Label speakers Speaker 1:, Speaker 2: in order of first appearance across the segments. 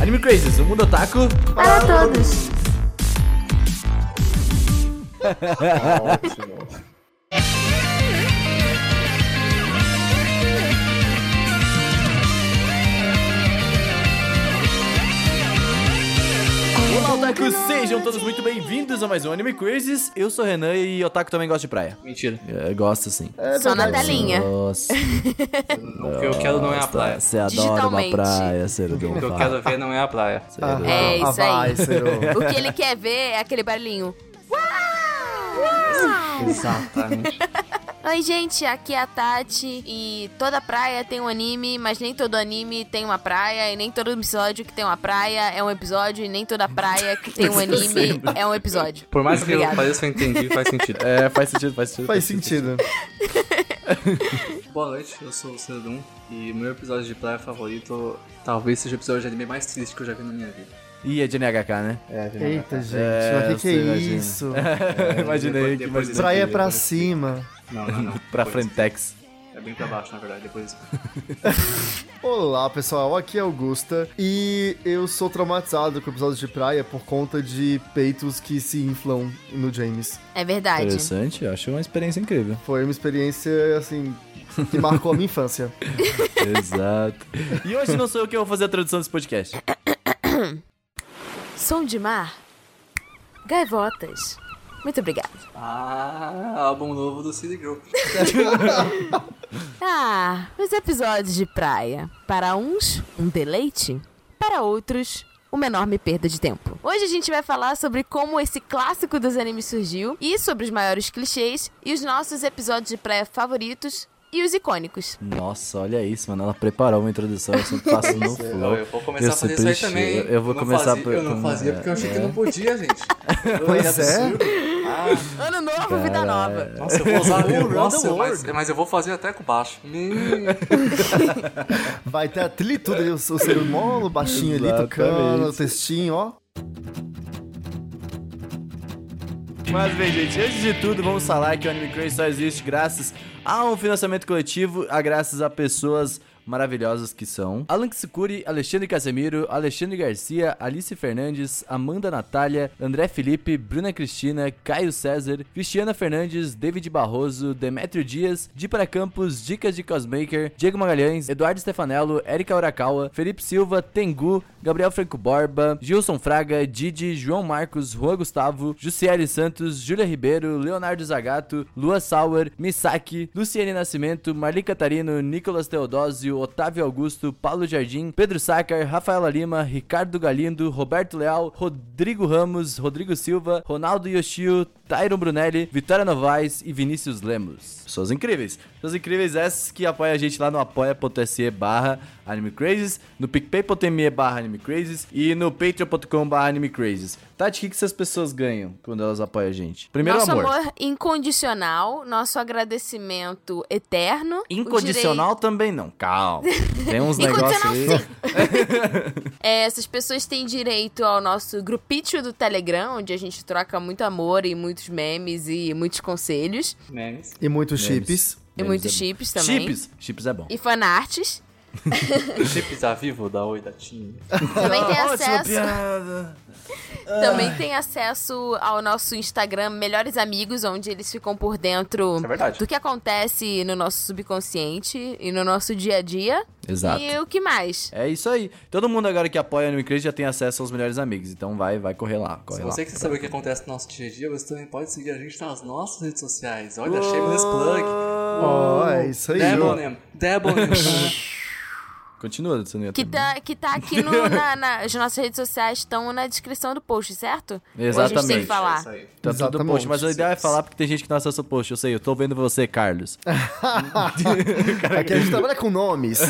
Speaker 1: Anime Crazes, o mundo otaku.
Speaker 2: Para todos.
Speaker 3: Ótimo.
Speaker 1: Olá, otakus! Sejam todos muito bem-vindos a mais um Anime Crazes. Eu sou o Renan e otaku também gosta de praia.
Speaker 4: Mentira.
Speaker 1: É, gosta sim.
Speaker 3: É
Speaker 2: Só na
Speaker 3: verdade.
Speaker 2: telinha.
Speaker 1: Nossa,
Speaker 4: O que eu quero não é a praia.
Speaker 1: você adora uma
Speaker 2: Digitalmente.
Speaker 1: praia, ser do
Speaker 4: O que eu quero ver não é a praia.
Speaker 1: Ah.
Speaker 2: É
Speaker 3: Ah,
Speaker 2: isso aí.
Speaker 3: vai, Ciro.
Speaker 2: O que ele quer ver é aquele barulhinho.
Speaker 4: Exatamente.
Speaker 2: Oi, gente, aqui é a Tati e toda praia tem um anime, mas nem todo anime tem uma praia, e nem todo episódio que tem uma praia é um episódio, e nem toda praia que tem um anime é um episódio.
Speaker 4: Por mais que eu
Speaker 2: Obrigada.
Speaker 4: pareça, eu entendi, faz sentido.
Speaker 1: É, faz sentido, faz sentido.
Speaker 3: Faz sentido.
Speaker 4: É, Boa noite, eu sou o Cedum e meu episódio de praia favorito talvez seja o episódio de anime mais triste que eu já vi na minha vida.
Speaker 1: E é de NHK, né?
Speaker 3: É, Eita, gente.
Speaker 1: É,
Speaker 3: mas o que, que é
Speaker 1: eu sei,
Speaker 3: isso?
Speaker 1: Imaginei que
Speaker 4: Depois-
Speaker 1: mais
Speaker 4: depois-
Speaker 3: Praia é pra
Speaker 4: depois-
Speaker 3: cima.
Speaker 4: Não, não, não.
Speaker 1: pra
Speaker 4: Depois.
Speaker 1: Frentex.
Speaker 4: É bem pra baixo, na verdade. Depois.
Speaker 3: Olá, pessoal. Aqui é Augusta. E eu sou traumatizado com episódios de praia por conta de peitos que se inflam no James.
Speaker 2: É verdade.
Speaker 1: Interessante, eu acho uma experiência incrível.
Speaker 3: Foi uma experiência, assim, que marcou a minha infância.
Speaker 1: Exato. E hoje não sou eu que vou fazer a tradução desse podcast.
Speaker 2: Som de mar. Gaivotas. Muito obrigada.
Speaker 4: Ah, álbum novo do City Group.
Speaker 2: Ah, os episódios de praia. Para uns, um deleite. Para outros, uma enorme perda de tempo. Hoje a gente vai falar sobre como esse clássico dos animes surgiu e sobre os maiores clichês e os nossos episódios de praia favoritos e os icônicos.
Speaker 1: Nossa, olha isso, mano. Ela preparou uma introdução, eu sempre faço no
Speaker 4: Não,
Speaker 1: flow.
Speaker 4: eu vou começar
Speaker 1: Eu
Speaker 4: a fazer isso
Speaker 1: sempre
Speaker 4: aí também.
Speaker 1: che-
Speaker 4: hein?
Speaker 1: eu- eu vou
Speaker 4: não
Speaker 1: começar é.
Speaker 4: fazia-
Speaker 1: por-
Speaker 4: Eu não fazia porque eu achei que não podia, gente.
Speaker 3: Pois é.
Speaker 4: absurdo. Ah,
Speaker 2: Ano novo, vida nova.
Speaker 4: nossa, eu vou usar.
Speaker 3: Around the
Speaker 4: nossa, mas,
Speaker 3: world.
Speaker 4: mas eu vou fazer até com baixo. Me-
Speaker 3: Vai ter a trilha e tudo ali, o, o Ciro molo, baixinho ali,
Speaker 1: Exatamente.
Speaker 3: tocando, o textinho, ó.
Speaker 1: Mas bem, gente, antes de tudo, vamos falar que o Anime Crazy só existe graças a um financiamento coletivo, a graças a pessoas maravilhosas que são Alan Kisukuri, Alexandre Casemiro, Alexandre Garcia, Alice Fernandes, Amanda Natália, André Felipe, Bruna Cristina, Caio César, Cristiana Fernandes, David Barroso, Demetrio Dias, Di para Campos, Dicas de Cosmaker, Diego Magalhães, Eduardo Stefanello, Erika Urakawa, Felipe Silva, Tengu, Gabriel Franco Borba, Gilson Fraga, Didi, João Marcos, Juan Gustavo, Jussiele Santos, Júlia Ribeiro, Leonardo Zagato, Lua Sauer, Misaki, Luciene Nascimento, Marli Catarino, Nicolas Teodósio, Otávio Augusto, Paulo Jardim, Pedro Sacar, Rafaela Lima, Ricardo Galindo, Roberto Leal, Rodrigo Ramos, Rodrigo Silva, Ronaldo Yoshio, Tyron Brunelli, Vitória Novaes e Vinícius Lemos. Pessoas incríveis. Pessoas incríveis essas que apoiam a gente lá no apoia.se barra animecrazes, no picpay.me barra animecrazes e no patreon.com barra animecrazes. Tati, o que, que essas pessoas ganham quando elas apoiam a gente? Primeiro
Speaker 2: nosso
Speaker 1: amor.
Speaker 2: incondicional, nosso agradecimento eterno. o
Speaker 1: Incondicional também não. Calma. Tem uns negócios
Speaker 2: Incondicional,
Speaker 1: aí.
Speaker 2: É, essas pessoas têm direito ao nosso grupinho do Telegram, onde a gente troca muito amor e muitos memes e muitos conselhos.
Speaker 4: Memes.
Speaker 3: E muitos
Speaker 1: Memes.
Speaker 3: chips.
Speaker 2: e
Speaker 1: Memes
Speaker 2: muitos
Speaker 1: é bom.
Speaker 2: chips também.
Speaker 1: Chips. Chips é bom.
Speaker 2: E fanarts.
Speaker 4: Chips a vivo da Oi da Tim.
Speaker 2: Também tem
Speaker 1: Ótima
Speaker 2: acesso.
Speaker 1: piada.
Speaker 2: Também tem acesso ao nosso Instagram Melhores Amigos, onde eles ficam por dentro
Speaker 4: É verdade.
Speaker 2: do que acontece no nosso subconsciente e no nosso dia a dia.
Speaker 1: Exato.
Speaker 2: E o que mais?
Speaker 1: É isso aí. Todo mundo agora que apoia o Anime Crazy já tem acesso aos melhores amigos. Então vai, vai correr lá. Corre
Speaker 4: Se
Speaker 1: lá.
Speaker 4: você quiser saber o que acontece no nosso dia a dia, você também pode seguir a gente nas nossas redes sociais. Olha, shameless plug.
Speaker 3: Ó, é isso aí. ó.
Speaker 4: Debonem. Debonem.
Speaker 1: Continua, você não ia
Speaker 2: Que
Speaker 1: terminar.
Speaker 2: tá, que tá aqui no, na, na- as nossas redes sociais estão na descrição do post, certo? Ou A gente tem
Speaker 1: Exatamente.
Speaker 2: que falar.
Speaker 4: Isso aí.
Speaker 1: Tá tudo no
Speaker 3: Exatamente.
Speaker 1: post, mas o ideal é falar porque tem gente que não acessa o post. Eu sei, eu tô vendo você, Carlos.
Speaker 3: Aqui a gente trabalha com nomes.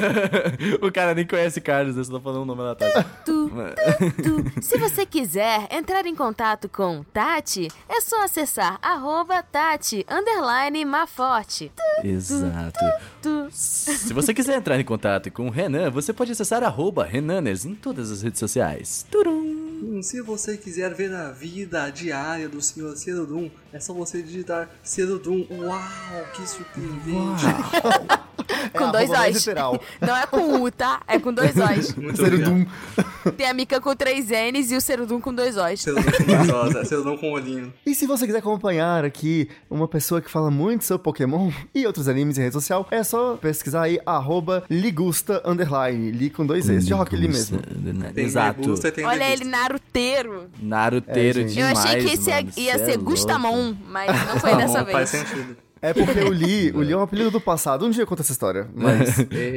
Speaker 1: o cara nem conhece Carlos, eu só tô falando o nome da Tati.
Speaker 2: Tu, tu, tu. Se você quiser entrar em contato com Tati, é só acessar arroba Tati underline Maforte.
Speaker 1: Exato.
Speaker 2: Tu.
Speaker 1: Se você quiser entrar em contato com o Renan, você pode acessar arroba Renaners em todas as redes sociais. Turum.
Speaker 4: Hum, Se você quiser ver a vida diária do senhor Cerudum, é só você digitar Cerudum. Uau, que surpreendente.
Speaker 2: Com
Speaker 3: É,
Speaker 2: dois
Speaker 3: arroba mais
Speaker 2: Os.
Speaker 3: literal.
Speaker 2: Não é com U, tá? É com dois Os.
Speaker 4: Muito
Speaker 3: Ciro
Speaker 4: obrigado.
Speaker 3: Dum.
Speaker 2: tem a Mika com três N's e o Cerudum com dois O's.
Speaker 4: Celudão com gostosa, celudão com olhinho.
Speaker 3: E se você quiser acompanhar aqui uma pessoa que fala muito sobre Pokémon e outros animes em rede social, é só pesquisar aí arroba ligusta underline, li com dois E's, de Rock Lee mesmo.
Speaker 4: Tem
Speaker 1: Exato.
Speaker 4: Megusta, tem um
Speaker 2: Olha
Speaker 4: Megusta.
Speaker 2: ele, Naruteiro.
Speaker 1: Naruteiro
Speaker 3: É, gente.
Speaker 2: Eu
Speaker 1: demais,
Speaker 2: achei que esse ia,
Speaker 1: mano,
Speaker 2: ia
Speaker 1: cê é
Speaker 2: ser
Speaker 1: louco.
Speaker 2: Gustamon, mas não foi
Speaker 4: Tá
Speaker 2: dessa
Speaker 4: bom, Faz
Speaker 2: vez.
Speaker 4: sentido.
Speaker 3: É porque o Lee, o Lee é um apelido do passado, um dia eu conto essa história, mas...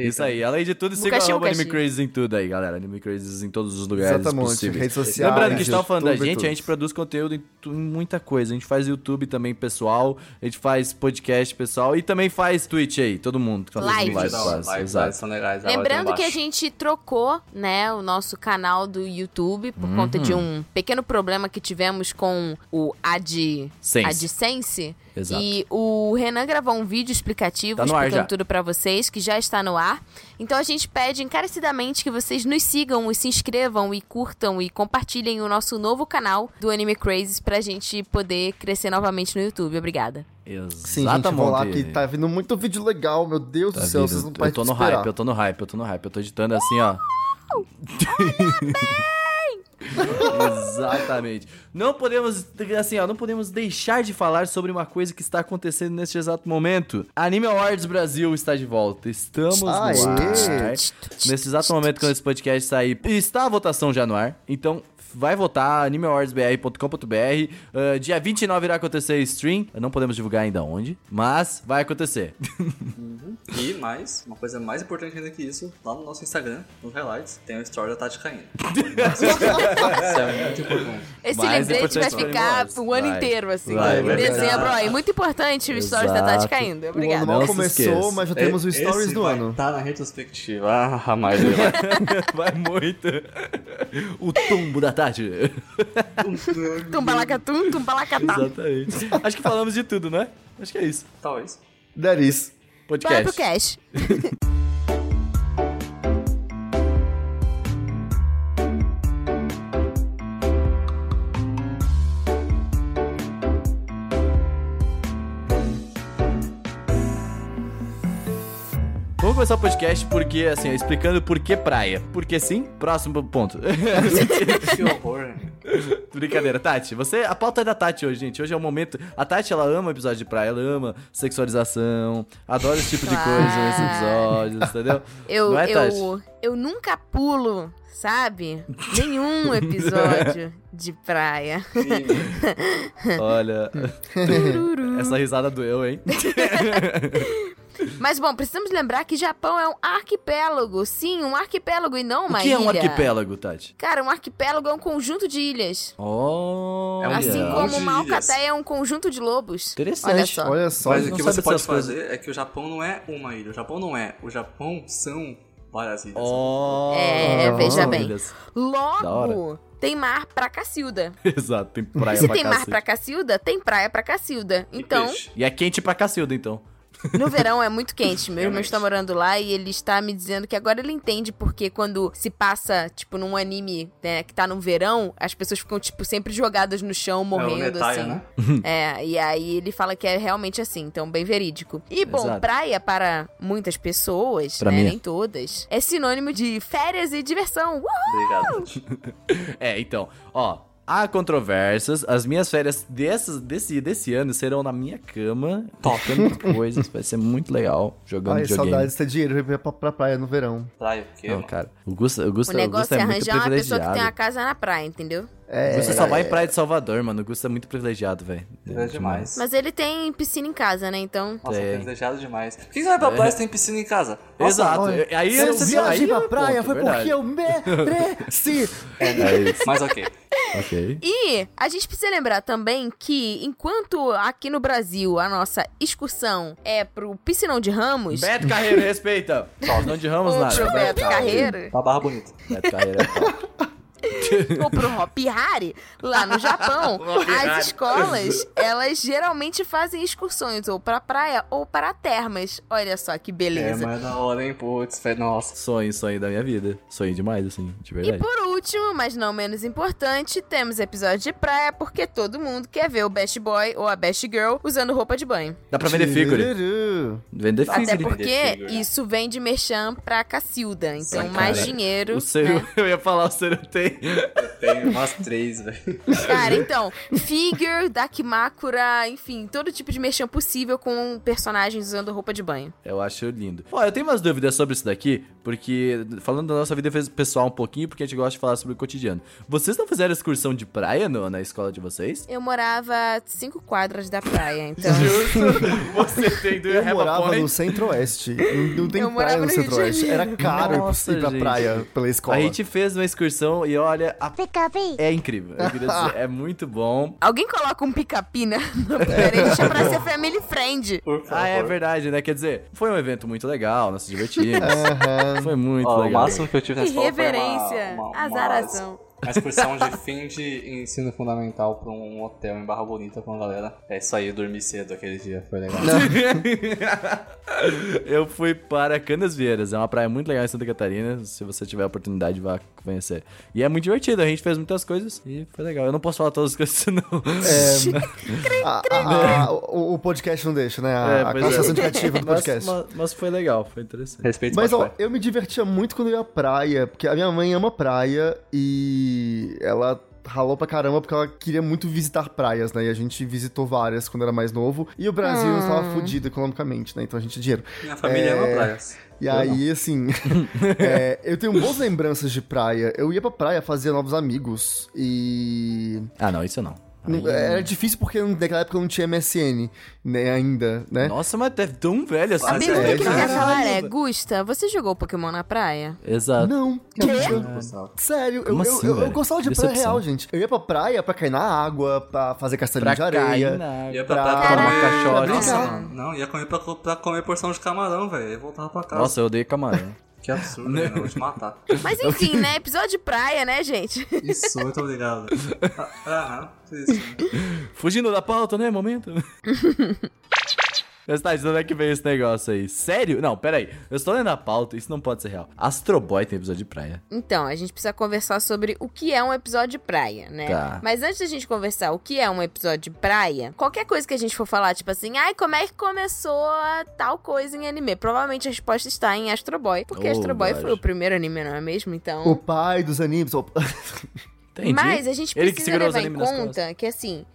Speaker 1: Isso aí, além de tudo, siga
Speaker 2: Mukashi,
Speaker 1: o Anime
Speaker 2: Mukashi.
Speaker 1: Crazes em tudo aí, galera. Anime Crazes em todos os lugares
Speaker 3: Exatamente,
Speaker 1: possíveis.
Speaker 3: redes sociais,
Speaker 1: Lembrando que a gente tava falando da
Speaker 3: YouTube e
Speaker 1: gente, a
Speaker 3: tudo.
Speaker 1: gente produz conteúdo em, tu- em muita coisa. A gente faz YouTube também, pessoal. A gente faz podcast, pessoal. E também faz Twitch aí, todo mundo. que tá fazendo
Speaker 2: Live.
Speaker 1: live,
Speaker 2: Lives,
Speaker 4: Dá uma
Speaker 1: faz,
Speaker 4: live,
Speaker 1: Exato.
Speaker 4: lives são legais, agora
Speaker 2: Lembrando
Speaker 4: tem
Speaker 2: que a
Speaker 4: baixo.
Speaker 2: gente trocou, né, o nosso canal do YouTube por conta de
Speaker 4: Uhum.
Speaker 2: um pequeno problema que tivemos com o Ad...
Speaker 1: Sense.
Speaker 2: AdSense.
Speaker 1: Exato.
Speaker 2: E o Renan gravou um vídeo explicativo
Speaker 1: Tá no ar
Speaker 2: explicando
Speaker 1: já.
Speaker 2: tudo pra vocês, que já está no ar. Então a gente pede encarecidamente que vocês nos sigam e se inscrevam e curtam e compartilhem o nosso novo canal do Anime Crazes pra gente poder crescer novamente no YouTube. Obrigada.
Speaker 1: Exatamente.
Speaker 3: Sim, gente, vou lá que tá vindo muito vídeo legal, meu Deus
Speaker 1: Tá
Speaker 3: do céu,
Speaker 1: vindo.
Speaker 3: vocês não
Speaker 1: eu
Speaker 3: podem
Speaker 1: tô no
Speaker 3: esperar.
Speaker 1: hype, eu tô no hype, eu tô no hype. Eu tô editando assim, ó. Exatamente. Não podemos, assim, ó, não podemos deixar de falar sobre uma coisa que está acontecendo neste exato momento. Anime Awards Brasil está de volta. Estamos
Speaker 3: Aê!
Speaker 1: no ar. Nesse exato momento quando esse podcast sair, está a votação já no ar. Então, vai votar animeawardsbr.com.br. Ah, dia 29 irá acontecer stream. Não podemos divulgar ainda onde, mas vai acontecer.
Speaker 4: E mais, uma coisa mais importante ainda que isso, lá no nosso Instagram, nos highlights, tem a história da Tati caindo. Isso é muito importante.
Speaker 2: Esse
Speaker 1: Mais
Speaker 2: lembrete vai
Speaker 1: importante pra
Speaker 2: ficar
Speaker 1: nós.
Speaker 2: o ano
Speaker 1: Vai.
Speaker 2: inteiro, assim.
Speaker 1: Vai,
Speaker 2: em
Speaker 1: vai
Speaker 2: dezembro, ó.
Speaker 4: ficar.
Speaker 2: E muito importante o stories da Tati
Speaker 1: Exato.
Speaker 2: caindo.
Speaker 3: O ano
Speaker 1: Não
Speaker 2: Obrigada.
Speaker 3: mal
Speaker 1: se
Speaker 3: começou,
Speaker 1: esqueça.
Speaker 3: mas já temos os
Speaker 4: Esse
Speaker 3: stories do
Speaker 4: vai
Speaker 3: ano.
Speaker 4: Tá na retrospectiva. Ah, mais ele vai.
Speaker 1: Vai muito. O tombo da tarde.
Speaker 2: Tumbalacatum, tumbalacatum.
Speaker 1: Exatamente. Acho que falamos de tudo, né? Acho que é isso.
Speaker 4: Talvez.
Speaker 3: That is.
Speaker 2: Bora
Speaker 1: Podcast.
Speaker 2: pro cash.
Speaker 1: Vamos começar o podcast porque, assim, explicando por que praia. Porque sim, próximo ponto.
Speaker 4: Que horror.
Speaker 1: Brincadeira, Tati. Você, a pauta é da Tati hoje, gente. Hoje é o momento. A Tati, ela ama episódio de praia, ela ama sexualização, adora esse tipo de coisa nesse episódio, entendeu?
Speaker 2: Eu,
Speaker 1: Não é, Tati?
Speaker 2: eu, eu nunca pulo, sabe? Nenhum episódio de praia.
Speaker 1: Olha, essa risada doeu, hein?
Speaker 2: Mas bom, precisamos lembrar que Japão é um arquipélago. Sim, um arquipélago e não
Speaker 1: O
Speaker 2: uma
Speaker 1: que é
Speaker 2: ilha.
Speaker 1: um arquipélago, Tati?
Speaker 2: Cara, um arquipélago é um conjunto de ilhas.
Speaker 1: Oh,
Speaker 4: Olha.
Speaker 2: Assim como uma
Speaker 4: De ilhas.
Speaker 2: alcateia é um conjunto de lobos.
Speaker 1: Interessante.
Speaker 2: Olha só.
Speaker 3: Olha só,
Speaker 4: Mas
Speaker 1: não
Speaker 4: o que
Speaker 1: sabe
Speaker 4: você pode
Speaker 1: essas coisas.
Speaker 4: fazer é que o Japão não é uma ilha. O Japão não é. O Japão são várias ilhas.
Speaker 1: Oh,
Speaker 2: É, veja bem.
Speaker 1: olha só. Da
Speaker 2: Logo,
Speaker 1: hora.
Speaker 2: tem mar pra Cacilda.
Speaker 1: Exato, tem praia
Speaker 2: E se
Speaker 1: pra
Speaker 2: tem mar
Speaker 1: cacete.
Speaker 2: pra Cacilda, tem praia pra Cacilda.
Speaker 4: E
Speaker 2: Então,
Speaker 4: peixe.
Speaker 1: E é quente pra cacilda, então.
Speaker 2: no verão é muito quente. Meu irmão
Speaker 4: Realmente.
Speaker 2: está morando lá e ele está me dizendo que agora ele entende porque quando se passa, tipo, num anime né, que tá no verão, as pessoas ficam, tipo, sempre jogadas no chão,
Speaker 4: é o
Speaker 2: morrendo,
Speaker 4: Netaya,
Speaker 2: assim.
Speaker 4: Né?
Speaker 2: É, e aí ele fala que é realmente assim, então bem verídico. E bom,
Speaker 1: Exato.
Speaker 2: praia para muitas pessoas,
Speaker 1: Pra
Speaker 2: né,
Speaker 1: mim é.
Speaker 2: nem todas, é sinônimo de férias e diversão. Uh, Uhul!
Speaker 4: Obrigado.
Speaker 1: É, então, ó. Há controvérsias. As minhas férias dessas, desse, desse ano serão na minha cama, tocando coisas. Vai ser muito legal jogando
Speaker 3: Ai,
Speaker 1: videogame.
Speaker 3: saudades de ter dinheiro pra ir pra, pra praia no verão.
Speaker 4: Praia, o quê?
Speaker 1: Não,
Speaker 4: mano?
Speaker 1: cara. O Gusta, o Gusta,
Speaker 2: o negócio
Speaker 1: Gusta é,
Speaker 2: é
Speaker 1: muito
Speaker 2: arranjar uma pessoa que
Speaker 1: privilegiado.
Speaker 2: tem uma casa na praia, entendeu?
Speaker 1: O
Speaker 3: É,
Speaker 1: Gusta só vai em Praia de Salvador, mano. O Gusta é muito privilegiado, velho.
Speaker 4: É demais.
Speaker 2: Mas ele tem piscina em casa, né? Então.
Speaker 4: Nossa,
Speaker 1: Tem.
Speaker 4: privilegiado demais. Por que você vai pra praia se tem piscina em casa? Nossa,
Speaker 1: É. Exato.
Speaker 3: olha,
Speaker 1: aí
Speaker 3: se eu
Speaker 1: você-
Speaker 3: viajei
Speaker 1: aí é
Speaker 3: pra
Speaker 1: um
Speaker 3: praia
Speaker 1: ponto,
Speaker 3: foi
Speaker 1: verdade.
Speaker 3: porque eu mereci.
Speaker 1: É isso.
Speaker 4: Mas ok.
Speaker 1: Ok.
Speaker 2: E a gente precisa lembrar também que, enquanto aqui no Brasil a nossa excursão é pro Piscinão de Ramos,
Speaker 1: Beto Carreiro, respeita. Não de Ramos,
Speaker 2: ou
Speaker 1: nada.
Speaker 2: pro né? Beto Carreiro,
Speaker 4: Uma barra bonita.
Speaker 1: Beto Carreiro é top.
Speaker 2: ou pro Hop Hari, lá no Japão, as escolas, elas geralmente fazem excursões ou pra praia ou para termas. Olha só que
Speaker 4: É,
Speaker 2: beleza.
Speaker 4: mas é da hora, hein? Putz, fe- nossa.
Speaker 1: Sonho, sonho da minha vida. Sonho demais, assim, de
Speaker 2: E
Speaker 1: verdade.
Speaker 2: por último, mas não menos importante, temos episódio de praia porque todo mundo quer ver o Best Boy ou a Best Girl usando roupa de banho.
Speaker 1: Dá pra vender figure.
Speaker 3: Tiririru.
Speaker 1: Vender
Speaker 2: Até
Speaker 1: figure.
Speaker 2: porque isso vem de merchan pra Cacilda, então mais
Speaker 1: cara.
Speaker 2: dinheiro.
Speaker 1: O seu,
Speaker 2: né?
Speaker 1: eu ia falar, o seu tem.
Speaker 4: Eu tenho umas três, velho.
Speaker 2: Cara, então, figure, Dakimakura, enfim, todo tipo de merchan possível com personagens usando roupa de banho.
Speaker 1: Eu acho lindo. Ó, eu tenho umas dúvidas sobre isso daqui, porque falando da nossa vida pessoal um pouquinho, porque a gente gosta de falar sobre o cotidiano. Vocês não fizeram excursão de praia no- na escola de vocês?
Speaker 2: Eu morava a cinco quadras da praia, então.
Speaker 1: Você tem do
Speaker 3: Eu morava no centro-oeste. Não- Não tem
Speaker 2: Eu morava
Speaker 3: praia no
Speaker 2: no Rio de
Speaker 3: centro-oeste.
Speaker 2: Janeiro.
Speaker 3: Era caro ir pra-
Speaker 1: Nossa,
Speaker 3: ir pra
Speaker 1: gente.
Speaker 3: praia pela escola.
Speaker 1: A gente fez uma excursão e olha, a...
Speaker 5: Pica-pi.
Speaker 1: é incrível. Eu queria dizer, é muito bom.
Speaker 2: Alguém coloca um picapina no deixa pra ser family friend.
Speaker 4: Por favor.
Speaker 1: Ah, é verdade, né? Quer dizer, foi um evento muito legal, nós nos divertimos.
Speaker 3: Aham.
Speaker 1: Foi muito
Speaker 4: Ó, o
Speaker 1: legal.
Speaker 4: máximo que eu tive na
Speaker 2: Que
Speaker 4: escola foi uma-
Speaker 2: reverência.
Speaker 4: uma- uma-
Speaker 2: Azaração.
Speaker 4: Uma excursão de fim de ensino fundamental pra um hotel em Barra Bonita com a galera. É isso aí, eu dormi cedo aquele dia, foi legal.
Speaker 1: Eu fui para Canas Vieiras, é uma praia muito legal em Santa Catarina. Se você tiver a oportunidade, vá conhecer. E é muito divertido, a gente fez muitas coisas e foi legal. Eu não posso falar todas as coisas, não.
Speaker 3: É, A- a- a- o, o podcast não deixa, né? A,
Speaker 1: É,
Speaker 3: a
Speaker 1: pois é.
Speaker 3: classificação indicativa do
Speaker 1: mas,
Speaker 3: podcast.
Speaker 1: mas- mas foi legal, foi interessante.
Speaker 4: Respeito
Speaker 3: Mas ó,
Speaker 4: Spotify.
Speaker 3: eu me divertia muito quando eu ia à praia, porque a minha mãe ama praia e ela ralou pra caramba porque ela queria muito visitar praias, né? E a gente visitou várias quando era mais novo. E o Brasil estava fodido economicamente, né? Então a gente tinha dinheiro.
Speaker 4: Minha família é... ama
Speaker 3: é-
Speaker 4: praias.
Speaker 3: E aí, assim, é, eu tenho boas lembranças de praia. Eu ia pra praia, fazia novos amigos e
Speaker 4: É.
Speaker 1: Ah, não, isso não.
Speaker 3: Não-
Speaker 1: Aí-
Speaker 3: Era difícil porque naquela época não tinha MSN, né, ainda, né?
Speaker 1: Nossa, mas é tão velho assim.
Speaker 4: A
Speaker 2: A
Speaker 1: essa
Speaker 2: pergunta
Speaker 3: é,
Speaker 2: que eu quero
Speaker 1: cara.
Speaker 2: falar é, Gusta, você jogou Pokémon na praia?
Speaker 1: Exato.
Speaker 3: Não.
Speaker 4: Eu gostava.
Speaker 3: Sério, eu,
Speaker 1: Como
Speaker 3: eu-
Speaker 1: assim,
Speaker 3: eu, eu,
Speaker 1: velho?
Speaker 3: gostava de praia
Speaker 1: Decepção.
Speaker 3: real, gente. Eu ia pra praia pra cair na água, pra fazer
Speaker 1: Pra
Speaker 3: castelinho de
Speaker 1: cair
Speaker 3: areia.
Speaker 1: na...
Speaker 4: Ia
Speaker 1: água.
Speaker 4: pra
Speaker 3: Pra-
Speaker 4: praia pra comer
Speaker 1: Pra
Speaker 3: caixote.
Speaker 4: Nossa,
Speaker 3: Brincar.
Speaker 4: mano, não, ia comer pra, pra comer porção de camarão, velho. E voltava pra casa.
Speaker 1: Nossa, eu odeio camarão.
Speaker 4: Que absurdo, né? Eu vou te matar.
Speaker 2: Mas enfim, né? Episódio de praia, né, gente?
Speaker 4: Isso, muito obrigado. Ah, Aham, isso.
Speaker 1: Fugindo da pauta, né? Momento. Mas tá, de onde é que veio esse negócio aí? Sério? Não, peraí. Eu estou lendo a pauta, isso não pode ser real. Astro Boy tem episódio de praia.
Speaker 2: Então, a gente precisa conversar sobre o que é um episódio de praia, né?
Speaker 1: Tá.
Speaker 2: Mas antes da gente conversar o que é um episódio de praia, qualquer coisa que a gente for falar, tipo assim, ai, como é que começou a tal coisa em anime? Provavelmente a resposta está em Astro Boy, porque
Speaker 1: Oh,
Speaker 2: Astro Boy
Speaker 1: verdade.
Speaker 2: foi o primeiro anime, não é mesmo? Então.
Speaker 3: O pai dos animes. o-
Speaker 1: Entendi.
Speaker 2: Mas a gente
Speaker 1: Ele que
Speaker 2: precisa
Speaker 1: segurou os
Speaker 2: levar em
Speaker 1: animes nas
Speaker 2: conta que, assim,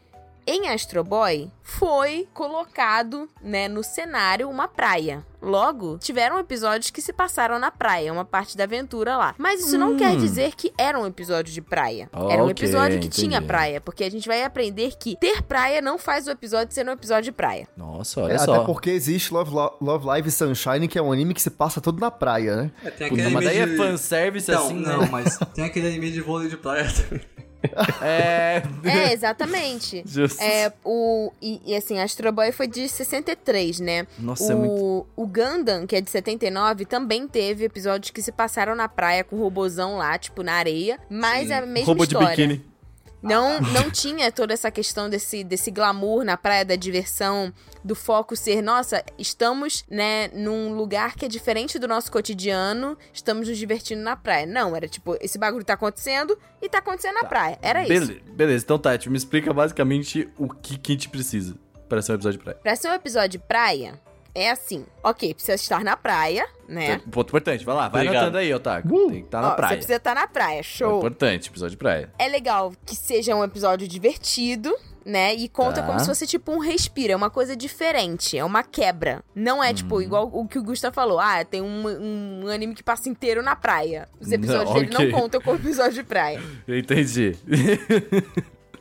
Speaker 2: em Astro Boy, foi colocado, né, no cenário uma praia. Logo, tiveram episódios que se passaram na praia, uma parte da aventura lá. Mas isso não
Speaker 1: Hum.
Speaker 2: quer dizer que era um episódio de praia. era um
Speaker 1: Ok,
Speaker 2: episódio que
Speaker 1: entendi.
Speaker 2: tinha praia, porque a gente vai aprender que ter praia não faz o episódio ser um episódio de praia.
Speaker 1: Nossa, olha
Speaker 3: É,
Speaker 1: só.
Speaker 3: até porque existe Love, Lo- Love Live Sunshine, que é um anime que se passa todo na praia, né?
Speaker 4: É, tem
Speaker 1: Puta,
Speaker 4: aquele
Speaker 1: mas daí
Speaker 4: anime
Speaker 1: é
Speaker 4: de-
Speaker 1: fanservice
Speaker 4: Então,
Speaker 1: assim,
Speaker 4: não,
Speaker 1: né?
Speaker 4: mas tem aquele anime de vôlei de praia também.
Speaker 1: É.
Speaker 2: É, exatamente.
Speaker 1: Justo.
Speaker 2: É, o, e, e assim, Astro Boy foi de 63, né?
Speaker 1: Nossa,
Speaker 2: o,
Speaker 1: é muito.
Speaker 2: o Gundam, que é de 79, também teve episódios que se passaram na praia com o robozão lá, tipo, na areia. Mas
Speaker 4: Sim.
Speaker 2: é a mesma história.
Speaker 1: Ah.
Speaker 2: Não, não tinha toda essa questão desse, desse glamour na praia, da diversão, do foco ser, nossa, estamos, né, num lugar que é diferente do nosso cotidiano, estamos nos divertindo na praia. Não, era tipo, esse bagulho tá acontecendo e tá acontecendo na praia. Era isso.
Speaker 1: Bele- Beleza, então Tati, me explica basicamente o que, que a gente precisa para ser um episódio de praia.
Speaker 2: Pra ser um episódio de praia, é assim. Ok, precisa estar na praia, né?
Speaker 1: Um Ponto importante, vai lá, vai
Speaker 4: Obrigado.
Speaker 1: anotando aí, Otaku. Tem que estar
Speaker 2: Ó,
Speaker 1: na
Speaker 2: Você
Speaker 1: praia.
Speaker 2: precisa estar na praia,
Speaker 1: Ponto
Speaker 2: show.
Speaker 1: Importante, episódio de praia.
Speaker 2: É legal que seja um episódio divertido, né? E conta
Speaker 1: Tá.
Speaker 2: como se fosse tipo um respiro, é uma coisa diferente, é uma quebra. Não é
Speaker 1: Hum.
Speaker 2: tipo igual o que o Gusta falou, ah, tem um, um anime que passa inteiro na praia. Os episódios
Speaker 1: Não,
Speaker 2: dele
Speaker 1: ok.
Speaker 2: não contam como episódio de praia.
Speaker 1: Eu entendi.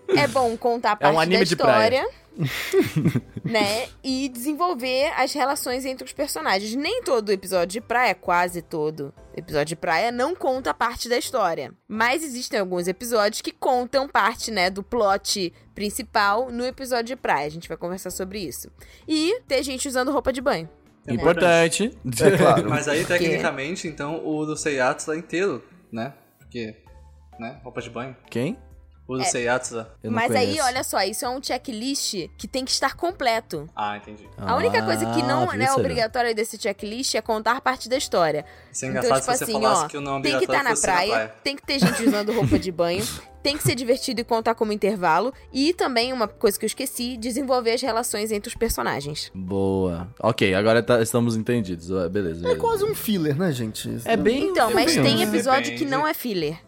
Speaker 2: É bom contar a
Speaker 1: É um
Speaker 2: parte da
Speaker 1: anime de
Speaker 2: história. né? E desenvolver as relações entre os personagens. Nem todo episódio de praia, quase todo episódio de praia, não conta parte da história. Mas existem alguns episódios que contam parte, né, do plot principal no episódio de praia. A gente vai conversar sobre isso. E ter gente usando roupa de banho.
Speaker 1: importante.
Speaker 3: É claro.
Speaker 4: Mas aí, tecnicamente, então, o do Seiatsu é inteiro, né? Porque, né? Roupa de banho.
Speaker 1: Quem?
Speaker 4: Ou do Seiatsu.
Speaker 1: Eu não
Speaker 2: Mas aí,
Speaker 1: conheço.
Speaker 2: olha só, isso é um checklist que tem que estar completo.
Speaker 4: Ah, entendi.
Speaker 2: A única coisa que não
Speaker 1: Ah, viu,
Speaker 2: é
Speaker 1: Sérgio?
Speaker 2: obrigatória desse checklist é contar parte da história.
Speaker 4: Isso é engraçado se você falasse que o não é
Speaker 2: tipo assim, tem
Speaker 4: obrigatório
Speaker 2: que estar na
Speaker 4: fosse ser
Speaker 2: praia, tem que ter gente usando roupa de banho, tem que ser divertido e contar como intervalo, e também, uma coisa que eu esqueci, desenvolver as relações entre os personagens.
Speaker 1: Boa. Ok, agora tá- estamos entendidos. Ah, Beleza.
Speaker 3: É
Speaker 1: beleza.
Speaker 3: quase um filler, né, gente?
Speaker 1: É bem.
Speaker 2: Então,
Speaker 1: é
Speaker 2: mas
Speaker 1: bem-
Speaker 2: tem
Speaker 4: né?
Speaker 2: episódio que
Speaker 4: Depende.
Speaker 2: não é filler.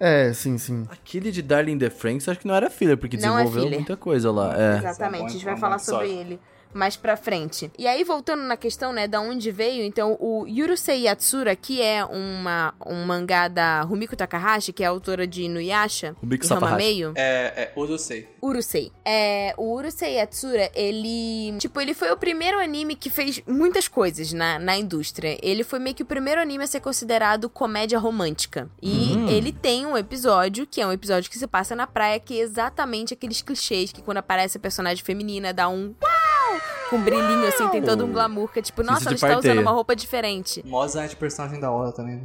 Speaker 3: É, sim, sim.
Speaker 1: Aquele de Darling in the Franks, acho que não era filler, porque
Speaker 2: Não é
Speaker 1: desenvolveu
Speaker 2: filler.
Speaker 1: muita coisa lá. É.
Speaker 2: Exatamente,
Speaker 4: bom,
Speaker 2: a gente
Speaker 4: é
Speaker 2: vai
Speaker 4: um
Speaker 2: falar
Speaker 4: bom
Speaker 2: sobre ele mais pra frente. E aí, voltando na questão, né, da onde veio, então, o Yurusei Yatsura, que é uma, um mangá da Rumiko Takahashi, que é autora de Inuyasha,
Speaker 1: Rumiko
Speaker 2: e
Speaker 1: Takahashi.
Speaker 2: Hamameio,
Speaker 4: É, é, Urusei.
Speaker 2: Urusei. É, o Urusei Yatsura, ele. Tipo, ele foi o primeiro anime que fez muitas coisas na, na indústria. Ele foi meio que o primeiro anime a ser considerado comédia romântica. E
Speaker 1: Hum.
Speaker 2: ele tem um episódio, que é um episódio que se passa na praia, que é exatamente aqueles clichês que quando aparece a personagem feminina dá um. Uau! Com brilhinho, assim, tem todo um glamour. Que é tipo,
Speaker 1: Isso
Speaker 2: nossa,
Speaker 1: de
Speaker 2: ela está usando
Speaker 1: parteira.
Speaker 2: uma roupa diferente.
Speaker 4: Mó design de personagem da hora também.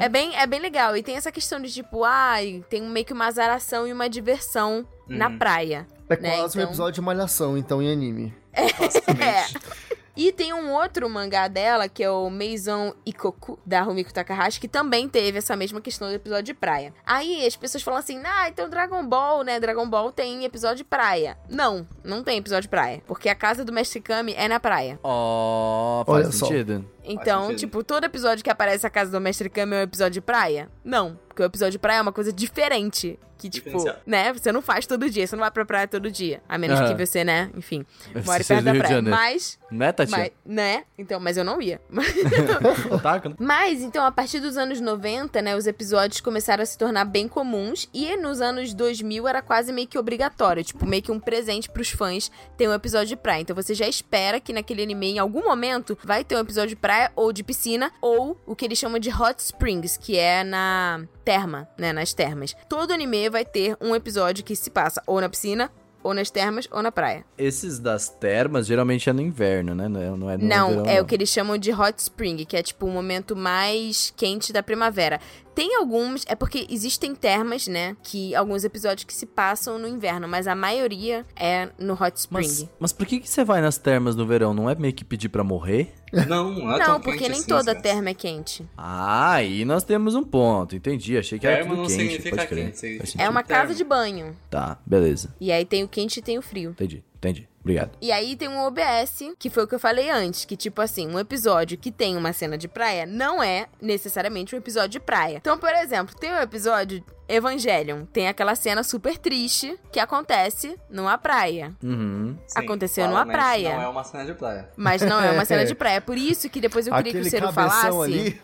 Speaker 1: É.
Speaker 2: É bem, é bem legal. E tem essa questão de tipo, ai, tem meio que uma azaração e uma diversão na
Speaker 1: Hum.
Speaker 4: Uhum.
Speaker 2: praia.
Speaker 3: É
Speaker 2: Né,
Speaker 3: quase um
Speaker 2: então-
Speaker 3: episódio de malhação, então, em anime.
Speaker 4: Basicamente.
Speaker 2: E tem um outro mangá dela, que é o Meizon Ikoku, da Rumiko Takahashi, que também teve essa mesma questão do episódio de praia. Aí as pessoas falam assim, ah, então Dragon Ball, né? Dragon Ball tem episódio de praia. Não, não tem episódio de praia, porque a casa do Mestre Kami é na praia.
Speaker 1: Ó,
Speaker 3: Olha
Speaker 1: faz
Speaker 3: só.
Speaker 1: sentido.
Speaker 2: Então,
Speaker 4: sentido.
Speaker 2: tipo, todo episódio que aparece a casa do Mestre Kami é um episódio de praia? Não, porque o episódio de praia é uma coisa diferente. Que, tipo,
Speaker 4: Diferenciado.
Speaker 2: né? Você não faz todo dia, você não vai pra praia todo dia. A menos
Speaker 1: Aham.
Speaker 2: que você, né? Enfim, more
Speaker 1: É. Você é
Speaker 2: perto
Speaker 1: do
Speaker 2: da
Speaker 1: Rio de
Speaker 2: praia.
Speaker 1: Janeiro.
Speaker 2: Mas
Speaker 1: Né, Tatiana?
Speaker 2: Mas, né? Então, mas eu não ia.
Speaker 1: Otaku, né?
Speaker 2: Mas, então, a partir dos anos 90, né, os episódios começaram a se tornar bem comuns e nos anos 2000 era quase meio que obrigatório, tipo, meio que um presente pros fãs ter um episódio de praia. Então, você já espera que naquele anime, em algum momento, vai ter um episódio de praia ou de piscina ou o que eles chamam de hot springs, que é na terma, né, nas termas. Todo anime vai ter um episódio que se passa ou na piscina, ou nas termas, ou na praia.
Speaker 1: Esses das termas geralmente é no inverno, né? Não é, não é no
Speaker 2: Não,
Speaker 1: verão,
Speaker 2: é o que eles chamam de hot spring, que é tipo o momento mais quente da primavera. Tem alguns, é porque existem termas, né, que alguns episódios que se passam no inverno, mas a maioria é no hot spring.
Speaker 1: Mas, mas por que, que você vai nas termas no verão? Não é meio que pedir pra morrer?
Speaker 4: Não, não é tão
Speaker 2: não, porque
Speaker 4: quente
Speaker 2: nem
Speaker 4: assim,
Speaker 2: toda
Speaker 4: né?
Speaker 2: terma é quente.
Speaker 1: Ah, aí nós temos um ponto. Entendi, achei que era
Speaker 4: Termo
Speaker 1: tudo
Speaker 4: não
Speaker 1: quente.
Speaker 4: significa
Speaker 1: pode crer.
Speaker 4: quente, significa-
Speaker 1: Faz
Speaker 2: É
Speaker 1: sentido.
Speaker 2: uma
Speaker 4: terma.
Speaker 2: casa de banho.
Speaker 1: Tá, beleza.
Speaker 2: E aí tem o quente e tem o frio.
Speaker 1: Entendi, entendi. Obrigado.
Speaker 2: E aí tem um OBS, que foi o que eu falei antes, que tipo assim, um episódio que tem uma cena de praia não é necessariamente um episódio de praia. Então, por exemplo, tem o episódio Evangelion, tem aquela cena super triste que acontece numa praia.
Speaker 1: Uhum.
Speaker 4: Sim,
Speaker 2: Aconteceu numa
Speaker 4: claramente
Speaker 2: praia.
Speaker 4: Não é uma cena de praia.
Speaker 2: Mas não é uma cena de praia. Por isso que depois eu queria que o
Speaker 3: Aquele
Speaker 2: Seru
Speaker 3: cabeção
Speaker 2: falasse.
Speaker 3: ali.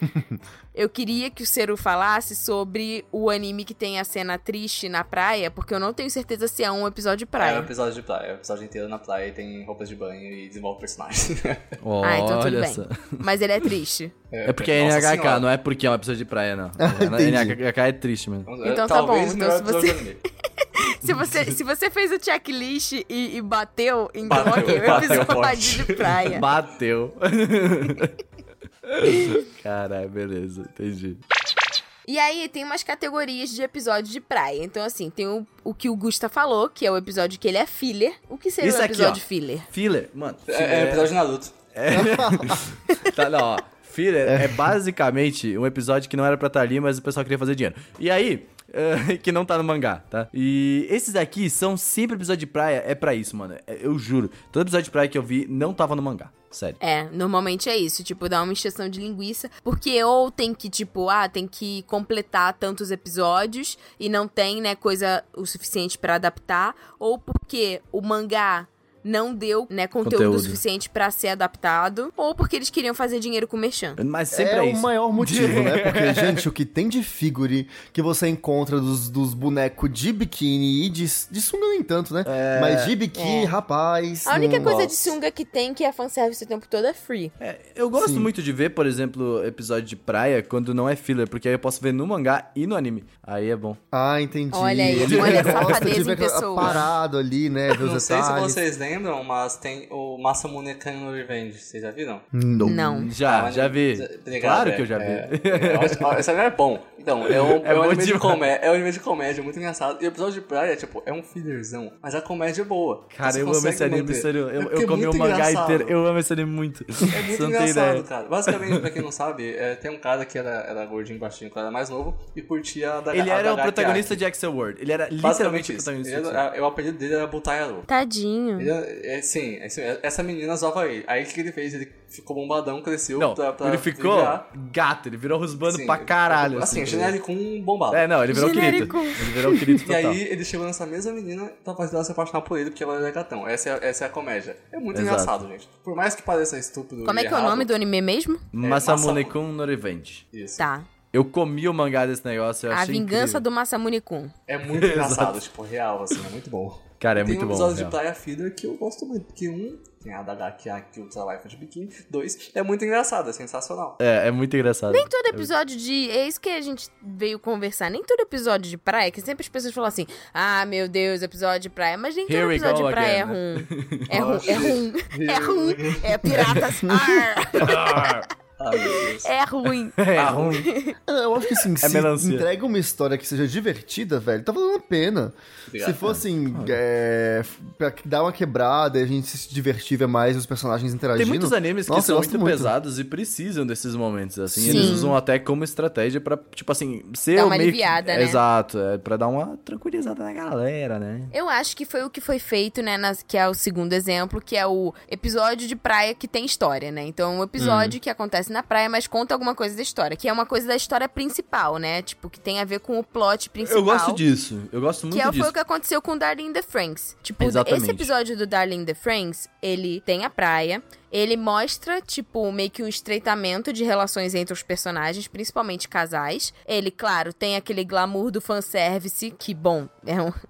Speaker 2: Eu queria que o Seru falasse sobre o anime que tem a cena triste na praia, porque eu não tenho certeza se é um episódio de
Speaker 4: É um
Speaker 2: praia.
Speaker 4: episódio de praia. É um episódio inteiro na praia e tem roupas de banho e desenvolve personagens.
Speaker 2: Ah, então tudo
Speaker 1: Uhum. Olha
Speaker 2: bem.
Speaker 1: só.
Speaker 2: Mas ele é triste.
Speaker 1: É porque é
Speaker 4: Nossa
Speaker 1: NHK,
Speaker 4: Senhora.
Speaker 1: não é porque é uma pessoa de praia, não.
Speaker 3: entendi.
Speaker 1: NHK é triste, mano.
Speaker 2: Então tá
Speaker 4: Talvez o
Speaker 2: bom, então
Speaker 4: melhor
Speaker 2: se você-
Speaker 4: episódio do anime.
Speaker 2: Se você, se você fez o checklist e, e bateu, então
Speaker 4: Bateu,
Speaker 2: ok, o
Speaker 4: bateu
Speaker 2: episódio
Speaker 4: forte.
Speaker 2: de praia.
Speaker 1: Bateu. Caralho, beleza, entendi.
Speaker 2: E aí tem umas categorias de episódios de praia. Então, assim, tem o, o que o Gusta falou, que é o episódio que ele é filler. O que seria
Speaker 1: Isso
Speaker 2: um
Speaker 1: aqui,
Speaker 2: episódio
Speaker 1: ó.
Speaker 2: filler?
Speaker 1: Filler, mano.
Speaker 4: É, é um episódio de Naruto.
Speaker 1: Tá, não, ó. Filler é basicamente um episódio que não era pra estar ali, mas o pessoal queria fazer dinheiro. E aí, eh, que não tá no mangá, tá? E esses aqui são sempre episódio de praia, é pra isso, mano. É, Eu juro. Todo episódio de praia que eu vi não tava no mangá. Sério.
Speaker 2: É, normalmente é isso, tipo, dá uma injeção de linguiça, porque ou tem que, tipo, ah, tem que completar tantos episódios e não tem, né, coisa o suficiente pra adaptar, ou porque o mangá não deu, né, conteúdo,
Speaker 1: Conteúdo.
Speaker 2: suficiente pra ser adaptado, ou porque eles queriam fazer dinheiro com o merchan.
Speaker 1: Mas sempre é,
Speaker 3: É o
Speaker 1: isso.
Speaker 3: maior motivo, né? Porque, gente, o que tem de figure que você encontra dos, dos bonecos de biquíni e de, de sunga nem tanto, né? Mas de
Speaker 2: É.
Speaker 3: biquíni, rapaz...
Speaker 2: A única
Speaker 3: não-
Speaker 2: coisa de
Speaker 3: Nossa.
Speaker 2: sunga que tem que é fanservice o tempo todo é free.
Speaker 1: É, eu gosto
Speaker 3: Sim.
Speaker 1: muito de ver, por exemplo, episódio de praia quando não é filler, porque aí eu posso ver no mangá e no anime. Aí é bom.
Speaker 3: Ah, entendi.
Speaker 2: Olha aí,
Speaker 3: Ele
Speaker 2: olha a
Speaker 3: gosta de
Speaker 2: safadeza
Speaker 3: ver
Speaker 2: em pessoas.
Speaker 3: Parado ali, né? Ver os
Speaker 4: Não sei se
Speaker 3: detalhes.
Speaker 4: vocês lembram, mas tem o Masamune Kano Revenge. Vocês já viram?
Speaker 3: Não.
Speaker 2: Não.
Speaker 1: Já,
Speaker 4: É um
Speaker 1: Ah, já
Speaker 4: anime-
Speaker 1: vi.
Speaker 4: Obrigado,
Speaker 1: Claro
Speaker 4: é,
Speaker 1: que eu já vi.
Speaker 4: é, é, ó, ó, esse anime é bom. Então, é um,
Speaker 1: É
Speaker 4: é um
Speaker 1: bom
Speaker 4: anime de
Speaker 1: demais.
Speaker 4: comédia, é um anime de comédia, muito engraçado. E o episódio de praia, tipo, é um fillerzão, mas a comédia é boa.
Speaker 1: Cara,
Speaker 4: Você
Speaker 1: eu amo
Speaker 4: consegue
Speaker 1: esse anime,
Speaker 4: manter.
Speaker 1: sério.
Speaker 4: É
Speaker 1: Eu,
Speaker 4: porque
Speaker 1: eu
Speaker 4: é
Speaker 1: comi o
Speaker 4: muito
Speaker 1: mangá
Speaker 4: engraçado.
Speaker 1: inteiro. Eu amo esse anime muito.
Speaker 4: É muito
Speaker 1: Você não tem
Speaker 4: engraçado,
Speaker 1: ideia.
Speaker 4: cara. Basicamente, pra quem não sabe, é, tem um cara que era, era gordinho, baixinho, quando era mais novo, e curtia a da
Speaker 1: Ele
Speaker 4: a
Speaker 1: era
Speaker 4: da
Speaker 1: o
Speaker 4: Gakiaki.
Speaker 1: protagonista de Axel World. Ele era literalmente o
Speaker 4: Basicamente isso.
Speaker 1: protagonista de
Speaker 4: Ele
Speaker 1: Axel World.
Speaker 4: era- o apelido dele era Butaiaro.
Speaker 2: Tadinho.
Speaker 4: Ele é, é, sim, é, sim, essa menina zoava ele. Aí o que ele fez? Ele ficou bombadão, cresceu
Speaker 1: Não,
Speaker 4: pra, pra
Speaker 1: ele ficou
Speaker 4: virar.
Speaker 1: gato, ele virou rusbando
Speaker 4: Sim,
Speaker 1: pra caralho.
Speaker 4: Assim,
Speaker 1: assim.
Speaker 4: genérico um bombado.
Speaker 1: É, não, ele virou
Speaker 2: Genérico.
Speaker 1: querido. Ele virou querido
Speaker 4: E
Speaker 1: total.
Speaker 4: aí é, ele chegou nessa mesma menina pra fazer ela se apaixonar por ele, porque ela era gatão. Essa é, essa é a comédia. É muito
Speaker 1: Exato.
Speaker 4: engraçado, gente. Por mais que pareça estúpido
Speaker 2: Como
Speaker 4: e
Speaker 2: é que é o
Speaker 4: errado,
Speaker 2: nome do anime mesmo?
Speaker 1: Masamune
Speaker 4: Masamune.
Speaker 1: Kun no Revenge.
Speaker 4: Isso.
Speaker 2: Tá.
Speaker 1: Eu comi o mangá desse negócio, eu
Speaker 2: A
Speaker 1: achei
Speaker 2: Vingança
Speaker 1: incrível.
Speaker 2: do Masamune Kun.
Speaker 4: É muito engraçado, tipo, real, assim, é muito bom.
Speaker 1: Cara, é
Speaker 4: tem
Speaker 1: muito
Speaker 4: um
Speaker 1: bom.
Speaker 4: episódio de
Speaker 1: real.
Speaker 4: Praia Filler que eu gosto muito, porque um, tem a da Gakia, que usa Life de Biquíni, dois, é muito engraçado, é sensacional.
Speaker 1: É, é muito engraçado. Nem
Speaker 2: Todo episódio de. É isso que a gente veio conversar. Nem todo episódio de praia, que sempre as pessoas falam assim: ah, meu Deus, episódio de praia. Mas nem
Speaker 1: Here
Speaker 2: todo
Speaker 1: we
Speaker 2: episódio
Speaker 1: go
Speaker 2: de praia
Speaker 1: again,
Speaker 2: é ruim. É ruim, é ruim. É ruim. É piratas. ar,
Speaker 4: Ah, meu Deus.
Speaker 2: é ruim.
Speaker 1: É ruim.
Speaker 3: É, eu acho que assim, se
Speaker 1: melancia.
Speaker 3: entrega uma história que seja divertida, velho, tá valendo a pena.
Speaker 4: Obrigado.
Speaker 3: se for assim, é, pra dar uma quebrada e a gente se divertir ver mais os personagens interagindo.
Speaker 1: Tem muitos animes que
Speaker 3: Nossa,
Speaker 1: são
Speaker 3: eu
Speaker 1: muito,
Speaker 3: gosto muito.
Speaker 1: pesados e precisam desses momentos, assim.
Speaker 2: Sim.
Speaker 1: Eles usam até como estratégia pra, tipo assim, ser
Speaker 2: Dar uma
Speaker 1: o meio... que-
Speaker 2: aliviada, né?
Speaker 1: Exato, é pra dar uma tranquilizada na galera, né?
Speaker 2: Eu acho que foi o que foi feito, né? nas- que é o segundo exemplo, que é o episódio de praia que tem história, né? Então, é um
Speaker 1: Hum.
Speaker 2: episódio que acontece na praia, mas conta alguma coisa da história. Que é uma coisa da história principal, né? Tipo, que tem a ver com o plot principal.
Speaker 1: Eu gosto disso, eu gosto muito
Speaker 2: Que é,
Speaker 1: disso.
Speaker 2: foi o que aconteceu com Darling in the Franks. Tipo,
Speaker 1: Exatamente.
Speaker 2: esse episódio do Darling in the Franks, ele tem a praia, ele mostra, tipo, meio que um estreitamento de relações entre os personagens, principalmente casais. Ele, claro, tem aquele glamour do fanservice, que, bom, é um...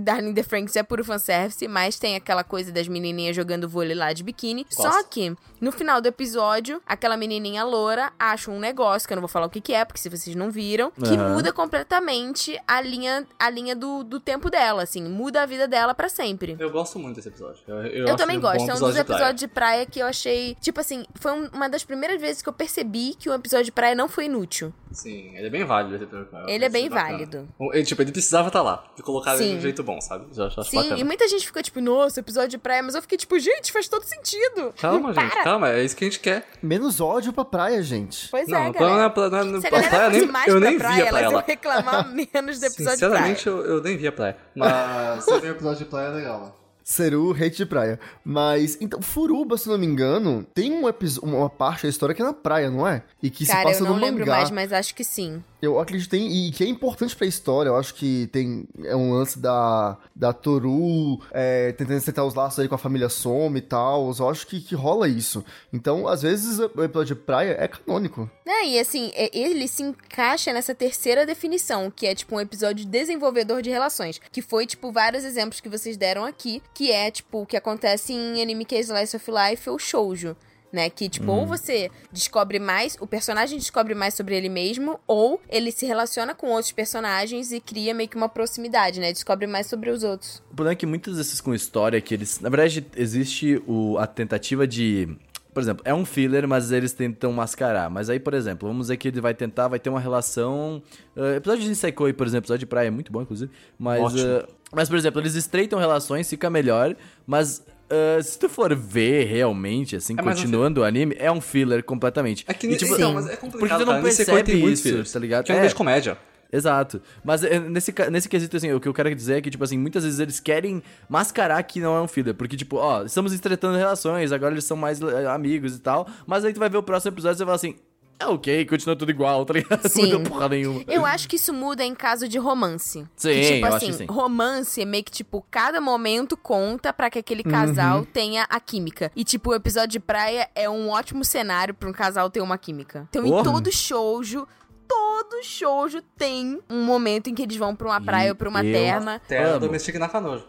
Speaker 2: Darling in the Franks é puro fanservice, mas tem aquela coisa das menininhas jogando vôlei lá de biquíni. Só
Speaker 4: Gosto.
Speaker 2: que, no final do episódio, aquela menininha loura acha um negócio, que eu não vou falar o que, que é, porque se vocês não viram, que
Speaker 1: Aham.
Speaker 2: muda completamente a linha, a linha do, do tempo dela, assim. Muda a vida dela pra sempre.
Speaker 4: Eu gosto muito desse episódio. Eu, eu
Speaker 2: Eu,
Speaker 4: acho
Speaker 2: também
Speaker 4: ele bom
Speaker 2: gosto. É um
Speaker 4: episódio
Speaker 2: dos
Speaker 4: de praia.
Speaker 2: episódios de praia que eu achei. Tipo assim, foi um- uma das primeiras vezes que eu percebi que um episódio de praia não foi inútil.
Speaker 4: Sim, ele é bem válido. Esse episódio de praia.
Speaker 2: Ele é bem
Speaker 4: Bacana.
Speaker 2: válido.
Speaker 4: Bom, Ele, tipo, ele precisava estar lá. E colocaram ele de
Speaker 2: Sim.
Speaker 4: um jeito bom, sabe? Já acho
Speaker 2: Sim,
Speaker 4: bacana.
Speaker 2: e muita gente ficou tipo, nossa, episódio de praia, mas eu fiquei tipo, gente, faz todo sentido.
Speaker 4: Calma, gente, calma. É isso que a gente quer.
Speaker 3: Menos ódio pra praia, gente.
Speaker 2: Pois
Speaker 4: não,
Speaker 2: é,
Speaker 4: o plano não é
Speaker 2: galera.
Speaker 4: pra, não é- não-
Speaker 2: Se a
Speaker 4: pra
Speaker 2: galera
Speaker 4: praia,
Speaker 2: fosse
Speaker 4: nem,
Speaker 2: mais
Speaker 4: eu
Speaker 2: pra
Speaker 4: nem
Speaker 2: praia,
Speaker 4: via
Speaker 2: elas
Speaker 4: pra ela.
Speaker 2: iam reclamar menos do episódio de praia.
Speaker 4: Sinceramente, eu, eu nem via praia. Mas Ah, você vê o episódio de praia é legal.
Speaker 3: Seru, hate de praia. Mas, então, Furuba, se não me engano, tem um episo- uma parte da história que é na praia, não é? E que se
Speaker 2: Cara, eu
Speaker 3: passa
Speaker 2: não
Speaker 3: no
Speaker 2: lembro
Speaker 3: mangá.
Speaker 2: mais, mas acho que sim.
Speaker 3: Eu acredito em, e que é importante pra história. Eu acho que tem é um lance da, da Toru é, tentando acertar os laços aí com a família Soma e tal. Eu acho que, que rola isso. Então, às vezes, o episódio de praia é canônico.
Speaker 2: É, e assim, é- ele se encaixa nessa terceira definição, que é tipo um episódio desenvolvedor de relações, que foi tipo vários exemplos que vocês deram aqui, que é tipo o que acontece em anime que é Slice of Life ou Shoujo. Né, que, tipo, ou você descobre mais, o personagem descobre mais sobre ele mesmo, ou ele se relaciona com outros personagens e cria meio que uma proximidade, né? Descobre mais sobre os outros.
Speaker 1: O problema é que muitos desses com história que eles. Na verdade, existe o, a tentativa de. Por exemplo, é um filler, mas eles tentam mascarar. Mas aí, por exemplo, vamos dizer que ele vai tentar, vai ter uma relação. ah, episódio de Insekoi, por exemplo, episódio de praia é muito bom, inclusive. Mas,
Speaker 4: Ótimo.
Speaker 1: ah, mas por exemplo, eles estreitam relações, fica melhor. Mas ah, se tu for ver realmente, assim,
Speaker 4: É mais um
Speaker 1: continuando o anime, é um filler completamente.
Speaker 4: É que
Speaker 1: E,
Speaker 4: nem-
Speaker 1: tipo,
Speaker 4: então, mas é complicado.
Speaker 1: porque tu
Speaker 4: cara.
Speaker 1: não
Speaker 4: Nesse sequência
Speaker 1: percebe
Speaker 4: tem muitos
Speaker 1: isso,
Speaker 4: fillers.
Speaker 1: tá ligado?
Speaker 4: Que é um
Speaker 1: É.
Speaker 4: vídeo de comédia.
Speaker 1: Exato. Mas eh, nesse, ca- nesse quesito, assim, o que eu quero dizer é que, tipo assim, muitas vezes eles querem mascarar que não é um filler. Porque, tipo, ó, estamos estreitando relações, agora eles são mais eh, amigos e tal. Mas aí tu vai ver o próximo episódio e você fala assim, é ok, continua tudo igual, tá ligado?
Speaker 2: Sim.
Speaker 1: Não deu porra nenhuma.
Speaker 2: Eu acho que isso muda em caso de romance.
Speaker 1: Sim,
Speaker 2: que,
Speaker 1: eu
Speaker 2: tipo
Speaker 1: acho
Speaker 2: assim,
Speaker 1: que sim.
Speaker 2: romance é meio que, tipo, cada momento conta pra que aquele casal tenha a química. E, tipo, o episódio de praia é um ótimo cenário pra um casal ter uma química. Então,
Speaker 1: Oh.
Speaker 2: em todo shoujo, todo shoujo tem um momento em que eles vão pra uma praia ou pra uma
Speaker 1: eu-
Speaker 2: terma.
Speaker 4: Terra
Speaker 1: Amo.
Speaker 4: Domestic na Canoa.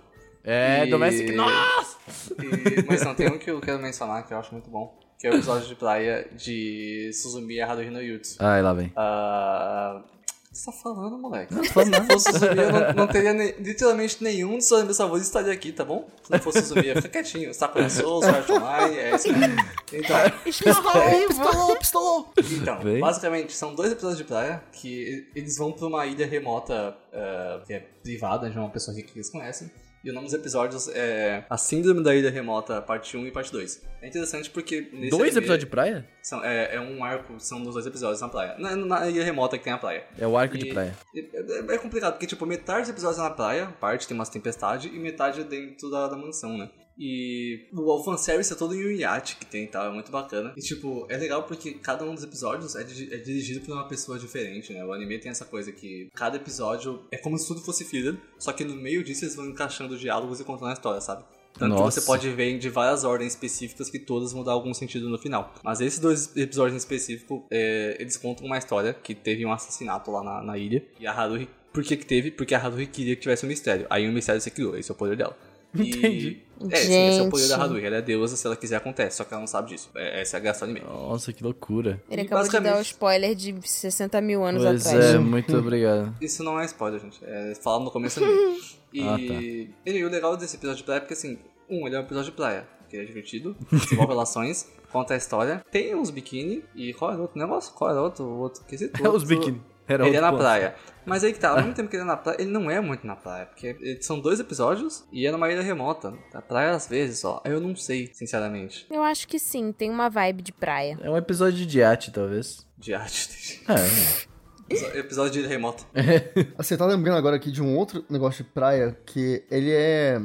Speaker 1: É,
Speaker 4: E-
Speaker 1: Domestic... Nossa!
Speaker 4: E- Mas não, tem um que eu quero mencionar que eu acho muito bom. Que é o episódio de praia de Suzumi e Haruhi no Yutsu.
Speaker 1: Ai, lá vem.
Speaker 4: Ah, que você tá falando, moleque?
Speaker 1: Não tô falando
Speaker 4: Se não fosse o Zumbi, eu não, não teria ne- literalmente nenhum dos seus meus avós estaria aqui, tá bom? Se não fosse o Zumbi, fica quietinho. Está com o Souls, Art Online, é isso. Então,
Speaker 2: Estou ao vivo.
Speaker 3: Pistolou, pistolou!
Speaker 4: então
Speaker 1: Bem.
Speaker 4: basicamente, são dois episódios de praia que eles vão pra uma ilha remota ah, que é privada de uma pessoa que eles conhecem. E o nome dos episódios é A Síndrome da Ilha Remota, parte 1 e parte 2. É interessante porque... Nesse
Speaker 1: Dois
Speaker 4: anime-
Speaker 1: episódios de praia?
Speaker 4: são- é, é um arco, são dos dois episódios na praia. Na, na ilha remota que tem a praia.
Speaker 1: É o arco de
Speaker 4: E-
Speaker 1: praia.
Speaker 4: É, é- é complicado, porque, tipo, metade dos episódios é na praia, parte tem umas tempestades, e metade é dentro da, da mansão, né? E o fanservice é todo em um iate que tem e tal, é muito bacana. E, tipo, é legal porque cada um dos episódios é, di- é dirigido por uma pessoa diferente, né? O anime tem essa coisa que cada episódio é como se tudo fosse filler, só que no meio disso eles vão encaixando diálogos e contando a história, sabe? Tanto que
Speaker 1: Nossa.
Speaker 4: você pode ver de várias ordens específicas que todas vão dar algum sentido no final. Mas esses dois episódios em específico, é, eles contam uma história que teve um assassinato lá na, na ilha. E a Haruhi. Por que, que teve? Porque a Haruhi queria que tivesse um mistério. Aí um mistério se criou, esse é o poder dela. E-
Speaker 1: Entendi.
Speaker 4: É, sim, esse é o
Speaker 2: Gente.
Speaker 4: poder da Haruhi. Ela é deusa, se ela quiser acontece, só que ela não sabe disso. É, essa é a graça do anime.
Speaker 1: Nossa, que loucura.
Speaker 2: Ele
Speaker 4: E
Speaker 2: acabou de dar
Speaker 4: basicamente-
Speaker 2: um spoiler de 60 mil anos
Speaker 1: Pois
Speaker 2: atrás.
Speaker 1: é, muito obrigado.
Speaker 4: Isso não é spoiler, gente. É falado no começo mesmo. E,
Speaker 1: Ah,
Speaker 4: e o legal desse episódio de praia é porque, assim, um, ele é um episódio de praia, que é divertido, desenvolve relações, conta a história, tem os biquíni e qual era o outro negócio? Qual era o outro? O outro quesito?
Speaker 1: É os
Speaker 4: Outro-
Speaker 1: biquíni. Era
Speaker 4: Ele é
Speaker 1: outro
Speaker 4: na
Speaker 1: ponto.
Speaker 4: praia. Mas aí que tá, ao mesmo tempo que ele é na praia, ele não é muito na praia, porque ele- são dois episódios e é numa ilha remota. A praia às vezes só. Eu não sei, sinceramente,
Speaker 2: Eu acho que sim, tem uma vibe de praia.
Speaker 1: É um episódio de iate, talvez.
Speaker 4: de arte.
Speaker 1: É, né?
Speaker 4: episódio de ilha remota.
Speaker 3: Assim, eu tava lembrando agora aqui de um outro negócio de praia que ele é.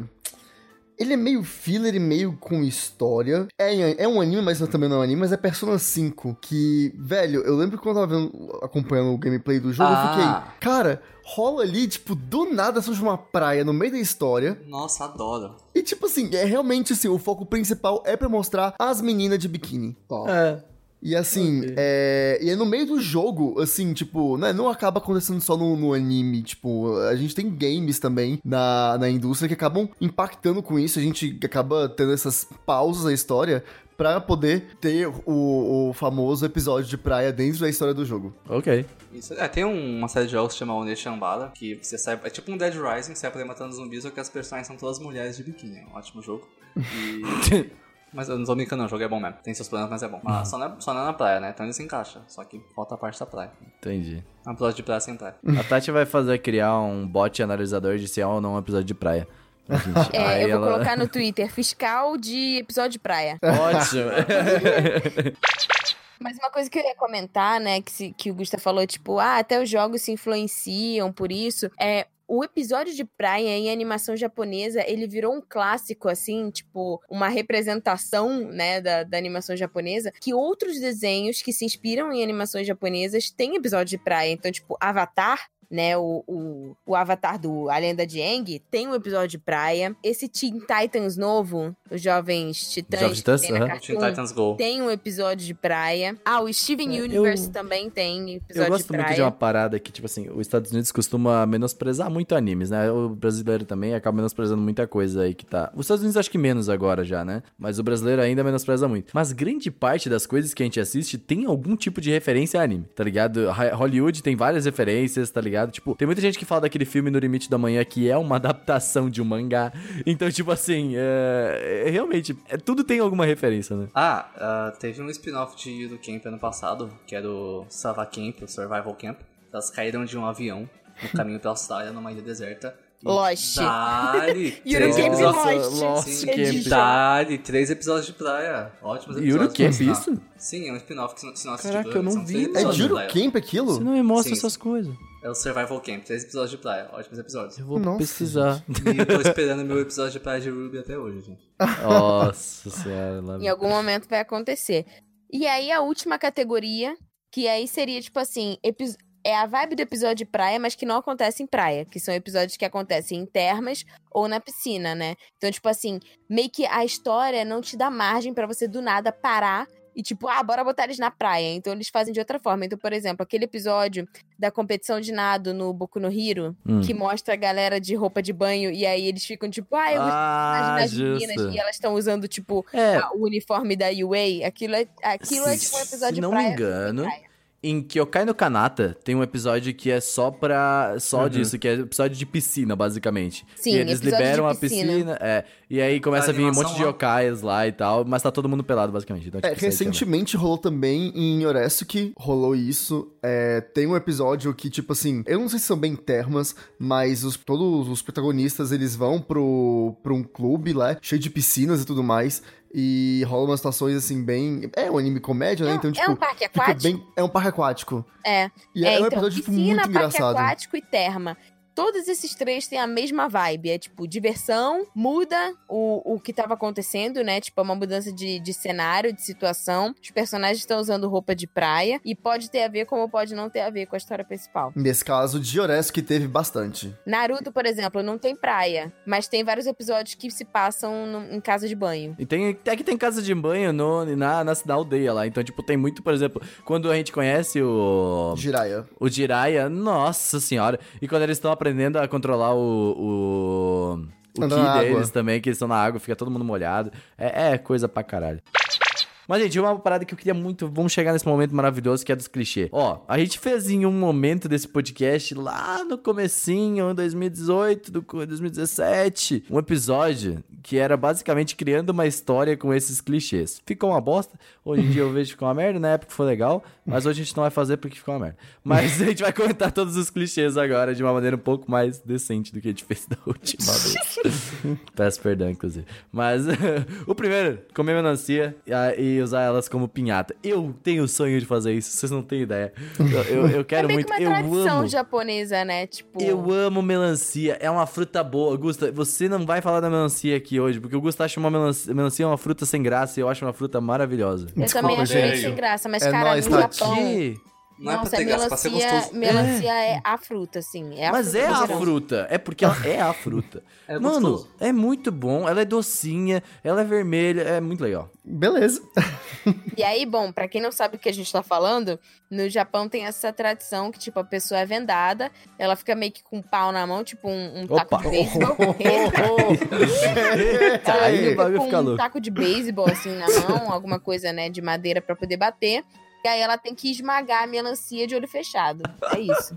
Speaker 3: Ele é meio filler e meio com história. É, é um anime, mas não- também não é um anime, mas é Persona 5. Que, velho, eu lembro quando eu tava vendo- acompanhando o gameplay do jogo,
Speaker 4: Ah.
Speaker 3: eu fiquei, cara, rola ali, tipo, do nada surge uma praia no meio da história.
Speaker 4: Nossa, adoro.
Speaker 3: E, tipo assim, é realmente assim, o foco principal é pra mostrar as meninas de biquíni.
Speaker 1: É.
Speaker 3: E assim,
Speaker 1: Ok.
Speaker 3: é... e é no meio do jogo, assim, tipo, né, não acaba acontecendo só no, no anime, tipo, a gente tem games também na, na indústria que acabam impactando com isso, a gente acaba tendo essas pausas na história pra poder ter o, o famoso episódio de praia dentro da história do jogo.
Speaker 1: Ok.
Speaker 4: Isso. É, tem um- uma série de jogos que chama One Shambhala, que você sai. É tipo um Dead Rising, você sai por aí matando zumbis, só que as personagens são todas mulheres de biquíni. É um ótimo jogo. E- mas eu não tô brincando, não, o jogo é bom mesmo. Tem seus planos, mas é bom.
Speaker 2: Uhum.
Speaker 4: Mas só, não é, só não é na praia, né? Então ele se encaixa. Só que falta a parte da praia.
Speaker 1: Entendi.
Speaker 4: É um episódio de praia sem praia.
Speaker 1: A Tati vai fazer criar um bot analisador de se é ou não um episódio de praia. Pra gente.
Speaker 2: É,
Speaker 1: Aí
Speaker 2: eu vou
Speaker 1: ela-
Speaker 2: colocar no Twitter, fiscal de episódio de praia.
Speaker 1: Ótimo.
Speaker 2: Mas uma coisa que eu ia comentar, né, que, se- que o Gusta falou, tipo, ah, até os jogos se influenciam por isso, é... O episódio de praia em animação japonesa, ele virou um clássico, assim, tipo, uma representação, né, da, da animação japonesa, que outros desenhos que se inspiram em animações japonesas têm episódio de praia. Então, tipo, Avatar, né, o, o, o Avatar do A Lenda de Aang tem um episódio de praia. Esse Teen Titans novo, os Jovens Titãs,
Speaker 1: Jovens Titãs,
Speaker 2: que tem na
Speaker 1: aham.
Speaker 4: O Teen
Speaker 2: Cartoon,
Speaker 4: Titans Go.
Speaker 2: tem um episódio de praia. Ah, o Steven
Speaker 1: É,
Speaker 2: Universe
Speaker 1: eu-
Speaker 2: também tem
Speaker 1: Eu
Speaker 2: episódio de
Speaker 1: gosto
Speaker 2: praia.
Speaker 1: muito de uma parada que, tipo assim, os Estados Unidos costuma menosprezar muito animes, né? O brasileiro também acaba menosprezando muita coisa aí que tá. Os Estados Unidos acho que menos agora já, né? Mas o brasileiro ainda menospreza muito. Mas grande parte das coisas que a gente assiste tem algum tipo de referência a anime, tá ligado? Hi- Hollywood tem várias referências, tá ligado? Tipo, tem muita gente que fala daquele filme No Limite da Manhã que é uma adaptação de um mangá. Então, tipo assim, é... é realmente, é... tudo tem alguma referência, né?
Speaker 4: Ah, ah, teve um spin-off de Yudo Camp ano passado, que era o Sava Camp, o Survival Camp. Elas caíram de um avião no caminho pra Austrália, numa ilha deserta. E
Speaker 2: Lost.
Speaker 4: Dali,
Speaker 2: Yuri
Speaker 4: três
Speaker 2: Camp é
Speaker 4: episódios-
Speaker 2: Lost.
Speaker 1: Lost
Speaker 4: Sim, É
Speaker 1: Camp.
Speaker 2: Edition.
Speaker 4: Dali, três episódios de praia. Ótimos episódios.
Speaker 1: Yuri
Speaker 4: pra
Speaker 1: Camp,
Speaker 4: assinar.
Speaker 1: isso?
Speaker 4: Sim, é um spin-off que se não se não assistiu,
Speaker 1: Caraca, eu não
Speaker 4: são
Speaker 1: vi,
Speaker 4: três
Speaker 1: mano.
Speaker 3: É
Speaker 4: episódios de
Speaker 3: Juro
Speaker 4: praia.
Speaker 3: Camp
Speaker 1: Você
Speaker 3: aquilo?
Speaker 1: não me mostra
Speaker 4: Sim.
Speaker 1: essas coisas.
Speaker 4: É o Survival Camp, três episódios de praia. Ótimos episódios.
Speaker 1: Eu vou
Speaker 3: Nossa,
Speaker 1: pesquisar.
Speaker 4: E tô esperando meu episódio de praia de Ruby até hoje, gente.
Speaker 1: Nossa senhora, lá
Speaker 2: Em algum momento vai acontecer. E aí a última categoria, que aí seria tipo assim, epi- é a vibe do episódio de praia, mas que não acontece em praia, que são episódios que acontecem em termas ou na piscina, né? Então, tipo assim, meio que a história não te dá margem pra você do nada parar e tipo, ah, bora botar eles na praia. Então eles fazem de outra forma. Então, por exemplo, aquele episódio da competição de nado no Boku no Hiro,
Speaker 1: Hum.
Speaker 2: que mostra a galera de roupa de banho e aí eles ficam tipo, ah, eu gosto
Speaker 1: Ah,
Speaker 2: das meninas e elas estão usando, tipo,
Speaker 1: É,
Speaker 2: a- o uniforme da UA, aquilo é, aquilo é
Speaker 1: Se-
Speaker 2: tipo um episódio
Speaker 1: se não
Speaker 2: praia,
Speaker 1: me engano,
Speaker 2: praia.
Speaker 1: Em Kyokai no Kanata tem um episódio que é só pra. só
Speaker 4: Uhum.
Speaker 1: disso, que é episódio de piscina, basicamente.
Speaker 2: Sim,
Speaker 1: e eles
Speaker 2: episódio de
Speaker 1: liberam a
Speaker 2: piscina.
Speaker 1: piscina, é, e aí começa a vir um
Speaker 4: animação
Speaker 1: monte de
Speaker 4: lá.
Speaker 1: yokais lá e tal, mas tá todo mundo pelado, basicamente. Então,
Speaker 3: É,
Speaker 1: tipo, isso aí
Speaker 3: recentemente rolou também em Oresuki, rolou isso. É, tem um episódio que, tipo assim, eu não sei se são bem termas, mas os- todos os protagonistas eles vão pro, pro um clube lá, cheio de piscinas e tudo mais. E rola umas situações assim, bem. É um anime comédia,
Speaker 2: É,
Speaker 3: né?
Speaker 2: um-
Speaker 3: Então,
Speaker 2: é
Speaker 3: tipo,
Speaker 2: um parque
Speaker 3: fica
Speaker 2: aquático?
Speaker 3: bem. É um parque aquático.
Speaker 2: É.
Speaker 3: E
Speaker 2: é,
Speaker 3: é, um
Speaker 2: então,
Speaker 3: episódio, tipo,
Speaker 2: piscina,
Speaker 3: muito
Speaker 2: parque
Speaker 3: engraçado.
Speaker 2: aquático e terma. Todos esses três têm a mesma vibe. É tipo, diversão, muda o, o que tava acontecendo, né? Tipo, é uma mudança de, de cenário, de situação. Os personagens estão usando roupa de praia. E pode ter a ver, como pode não ter a ver com a história principal.
Speaker 3: Nesse caso, de Oresuki teve bastante.
Speaker 2: Naruto, por exemplo, não tem praia. Mas tem vários episódios que se passam no- em casa de banho.
Speaker 1: E tem, até que tem casa de banho no, na, na, na aldeia lá. Então, tipo, tem muito, por exemplo, quando a gente conhece o.
Speaker 3: Jiraiya.
Speaker 1: O Jiraiya, nossa senhora. E quando eles estão aprendendo a controlar o. O, o
Speaker 3: Andar
Speaker 1: ki
Speaker 3: na água.
Speaker 1: deles também, que eles estão na água, fica todo mundo molhado. É, é coisa pra caralho. Mas, gente, uma parada que eu queria muito. Vamos chegar nesse momento maravilhoso que é dos clichês. Ó, a gente fez em um momento desse podcast lá no comecinho, em 2018, do co- 2017, um episódio que era basicamente criando uma história com esses clichês. Ficou uma bosta. Hoje em dia eu vejo que ficou uma merda, na época foi legal, mas hoje a gente não vai fazer porque ficou uma merda. Mas a gente vai comentar todos os clichês agora de uma maneira um pouco mais decente do que a gente fez da última vez. Peço perdão, inclusive. Mas o primeiro, comer melancia e a- e usar elas como pinhata. Eu tenho o sonho de fazer isso, vocês não têm ideia. Eu, eu- eu quero
Speaker 2: é meio
Speaker 1: muito,
Speaker 2: que uma
Speaker 1: eu
Speaker 2: tradição
Speaker 1: amo.
Speaker 2: japonesa, né? Tipo.
Speaker 1: Eu amo melancia, é uma fruta boa. Gusta, você não vai falar da melancia aqui hoje, porque o Gusta acha uma melancia, melancia é uma fruta sem graça e eu acho uma fruta maravilhosa.
Speaker 2: Eu também
Speaker 3: Desculpa,
Speaker 2: acho meio
Speaker 4: gente.
Speaker 2: sem graça, mas,
Speaker 3: É
Speaker 2: cara,
Speaker 3: nóis,
Speaker 2: no
Speaker 1: tá
Speaker 3: Tati.
Speaker 2: Japão.
Speaker 1: Que?
Speaker 4: Não é
Speaker 2: Nossa,
Speaker 4: pra ter graça, pra ser
Speaker 2: melancia,
Speaker 4: gostoso.
Speaker 2: melancia é. a fruta, assim. É a
Speaker 1: Mas
Speaker 2: fruta
Speaker 1: é
Speaker 2: no
Speaker 1: a
Speaker 2: geral.
Speaker 1: fruta, é porque ela é a fruta.
Speaker 4: É
Speaker 1: Mano,
Speaker 4: gostoso.
Speaker 1: é muito bom, ela é docinha, ela é vermelha, é muito legal.
Speaker 3: Beleza.
Speaker 2: E aí, bom, pra quem não sabe o que a gente tá falando, no Japão tem essa tradição que, tipo, a pessoa é vendada, ela fica meio que com um pau na mão, tipo um, um taco
Speaker 1: Opa.
Speaker 2: de beisebol.
Speaker 1: Eita,
Speaker 2: Ela
Speaker 1: Tá, aí o
Speaker 2: fica
Speaker 1: bagulho
Speaker 2: com
Speaker 1: fica
Speaker 2: um
Speaker 1: louco.
Speaker 2: taco de beisebol, assim, na mão, alguma coisa, né, de madeira pra poder bater. E aí ela tem que esmagar a melancia de olho fechado. É isso.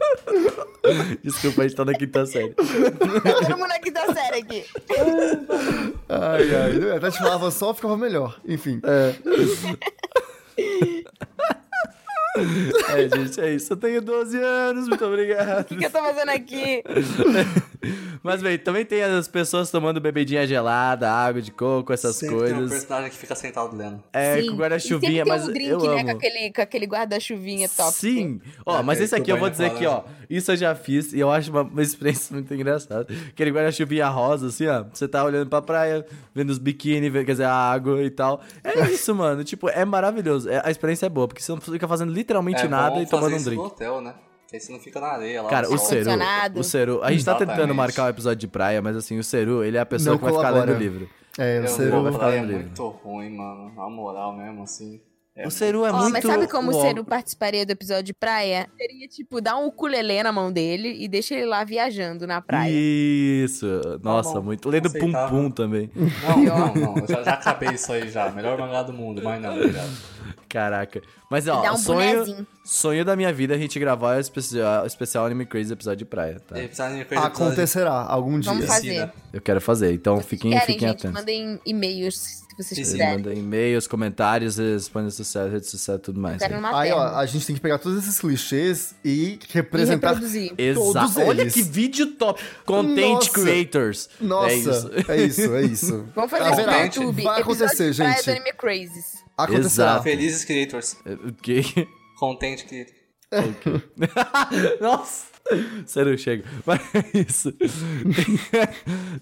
Speaker 1: Desculpa, a gente tá na quinta série.
Speaker 2: Todo mundo aqui tá sério aqui.
Speaker 3: Ai, ai. Até te falava só, ficava melhor. Enfim.
Speaker 1: É, gente, é isso. Eu tenho 12 anos, muito obrigado.
Speaker 2: O que eu tô fazendo aqui?
Speaker 1: Mas, bem, também tem as pessoas tomando bebidinha gelada, água de coco, essas
Speaker 4: Sempre tem um
Speaker 1: coisas.
Speaker 4: personagem que fica sentado lendo.
Speaker 1: É,
Speaker 2: Sim.
Speaker 1: com
Speaker 2: E sempre
Speaker 1: guarda-chuvinha,
Speaker 2: tem
Speaker 1: mas
Speaker 2: um drink,
Speaker 1: eu
Speaker 2: né,
Speaker 1: amo.
Speaker 2: com aquele, com aquele guarda-chuvinha top.
Speaker 1: Sim. Ó,
Speaker 4: É,
Speaker 1: mas
Speaker 4: é,
Speaker 1: esse aqui
Speaker 4: que
Speaker 1: eu
Speaker 4: o
Speaker 1: vou
Speaker 4: Biden
Speaker 1: dizer
Speaker 4: fala,
Speaker 1: que, ó, isso eu já fiz e eu acho uma, uma experiência muito engraçada. Aquele guarda-chuvinha rosa, assim, ó. Você tá olhando pra praia, vendo os biquíni, vê- quer dizer, a água e tal. É isso, mano. Tipo, é maravilhoso. É- a experiência é boa, porque você não fica fazendo literalmente
Speaker 4: é
Speaker 1: nada
Speaker 4: bom
Speaker 1: e tomando
Speaker 4: fazer
Speaker 1: um
Speaker 4: isso
Speaker 1: drink.
Speaker 4: no hotel, né? Que aí você não fica na areia lá.
Speaker 1: Cara,
Speaker 4: no
Speaker 1: o
Speaker 4: sol.
Speaker 1: Seru,
Speaker 2: ar-condicionado.
Speaker 1: o Seru, a gente tá tentando
Speaker 4: Exatamente.
Speaker 1: marcar o episódio de praia, mas assim, o Seru, ele é a pessoa
Speaker 3: Não
Speaker 1: que vai ficar lendo o
Speaker 3: colabora.
Speaker 1: livro.
Speaker 3: É,
Speaker 4: Eu
Speaker 3: o
Speaker 4: vou
Speaker 1: vai
Speaker 3: Seru.
Speaker 1: ficar
Speaker 4: falar, é
Speaker 1: no livro.
Speaker 4: muito ruim, mano. Na moral mesmo, assim. É
Speaker 1: O Seru é
Speaker 2: Ó,
Speaker 1: muito...
Speaker 2: mas sabe como o
Speaker 1: uó.
Speaker 2: Seru participaria do episódio de praia? Seria, tipo, dar um ukulele na mão dele e deixa ele lá viajando na praia. Tá
Speaker 1: Isso, nossa,
Speaker 4: bom,
Speaker 1: muito. Lendo Pum
Speaker 4: aceitável.
Speaker 1: Pum também.
Speaker 4: Não, não, não. Eu já, já acabei isso aí já. Melhor mangá do mundo, mas não, obrigado.
Speaker 1: Caraca. Mas
Speaker 2: E dá
Speaker 1: ó,
Speaker 2: um
Speaker 1: sonho,
Speaker 2: bonezinho.
Speaker 1: sonho da minha vida é a gente gravar o especial, o especial Anime Crazy episódio de praia,
Speaker 4: É.
Speaker 1: tá?
Speaker 3: É. Acontecerá algum dia.
Speaker 2: Vamos fazer.
Speaker 1: Eu quero fazer, então fiquem,
Speaker 2: Querem,
Speaker 1: fiquem
Speaker 2: gente,
Speaker 1: atentos.
Speaker 2: mandem e-mails se vocês
Speaker 4: Sim, sim,
Speaker 2: quiserem.
Speaker 1: Mandem e-mails, comentários, respondem sucesso, rede de sucesso, tudo mais. né?
Speaker 2: Quero uma
Speaker 3: Aí, ó,
Speaker 2: perna.
Speaker 3: a gente tem que pegar todos esses clichês e
Speaker 2: E
Speaker 3: representar.
Speaker 2: reproduzir.
Speaker 3: todos
Speaker 1: Exato. Olha
Speaker 3: eles.
Speaker 1: que vídeo top. Content
Speaker 3: Nossa.
Speaker 1: creators.
Speaker 3: Nossa,
Speaker 1: É isso.
Speaker 3: é isso, é isso.
Speaker 2: Vamos fazer isso no
Speaker 3: Haverá.
Speaker 2: YouTube.
Speaker 3: Vai
Speaker 2: episódio
Speaker 3: acontecer,
Speaker 2: de praia
Speaker 3: gente.
Speaker 2: do Anime Crazes.
Speaker 3: Acontecerá.
Speaker 1: Exato.
Speaker 4: Felizes creators.
Speaker 1: É, O quê?
Speaker 4: Content creators.
Speaker 1: Nossa. Sério, chega. Mas é isso.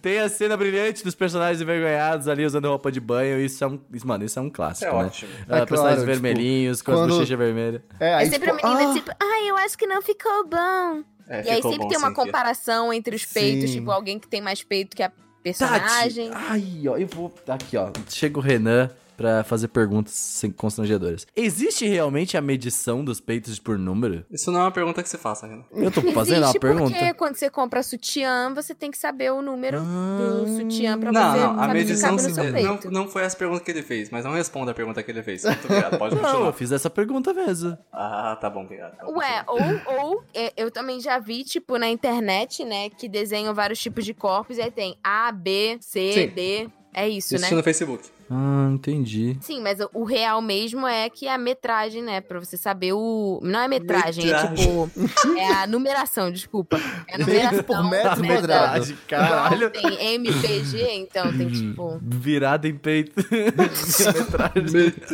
Speaker 1: Tem a cena brilhante dos personagens envergonhados ali usando roupa de banho. Isso é um. isso, Mano, isso é um clássico.
Speaker 4: É
Speaker 1: né?
Speaker 4: ótimo.
Speaker 1: Ah,
Speaker 3: É
Speaker 1: personagens
Speaker 3: claro,
Speaker 1: vermelhinhos, com
Speaker 3: tipo,
Speaker 1: as
Speaker 3: quando-
Speaker 1: bochechas vermelhas.
Speaker 3: É,
Speaker 2: É
Speaker 3: aí,
Speaker 2: sempre
Speaker 3: tipo,
Speaker 2: uma menina,
Speaker 3: ah,
Speaker 2: tipo, ai, eu acho que não ficou bom.
Speaker 4: É,
Speaker 2: e aí
Speaker 4: ficou
Speaker 2: sempre
Speaker 4: bom,
Speaker 2: tem uma
Speaker 4: sim, que-
Speaker 2: comparação entre os peitos,
Speaker 3: Sim. ah,
Speaker 2: tipo, alguém que tem mais peito que a
Speaker 1: Tati!
Speaker 2: personagem.
Speaker 1: Ai, ó, eu vou. Aqui, ó. Chega o Renan. pra fazer perguntas sem- constrangedoras. Existe realmente a medição dos peitos por número?
Speaker 4: Isso não é uma pergunta que você faça, Renan.
Speaker 1: Eu tô fazendo
Speaker 2: Existe
Speaker 1: uma pergunta.
Speaker 2: porque quando você compra sutiã, você tem que saber o número
Speaker 1: Ah.
Speaker 2: do sutiã pra
Speaker 4: Não,
Speaker 2: você
Speaker 4: não, a
Speaker 2: saber se
Speaker 4: medição
Speaker 2: cabe no seu
Speaker 4: se- não,
Speaker 2: peito.
Speaker 4: não foi as perguntas que ele fez, mas não responda a pergunta que ele fez. Muito obrigado, pode
Speaker 1: Não, eu
Speaker 4: continuar.
Speaker 1: fiz essa pergunta mesmo.
Speaker 4: Ah, tá bom, obrigado. Pode
Speaker 2: Ué, ou, ou é, eu também já vi, tipo, na internet, né, que desenham vários tipos de corpos, e aí tem A, B, C,
Speaker 4: Sim.
Speaker 2: D. É isso,
Speaker 4: Isso
Speaker 2: né?
Speaker 4: no Facebook.
Speaker 1: Ah, entendi.
Speaker 2: Sim, mas o- o real mesmo é que é a metragem, né? Pra você saber o. Não é metragem, é
Speaker 4: Metragem.
Speaker 2: tipo. É a numeração, desculpa. É a numeração.
Speaker 3: Peito por metro
Speaker 2: né?
Speaker 3: quadrado. Uhum.
Speaker 2: Não Tem MPG, então tem tipo.
Speaker 1: Virada em peito.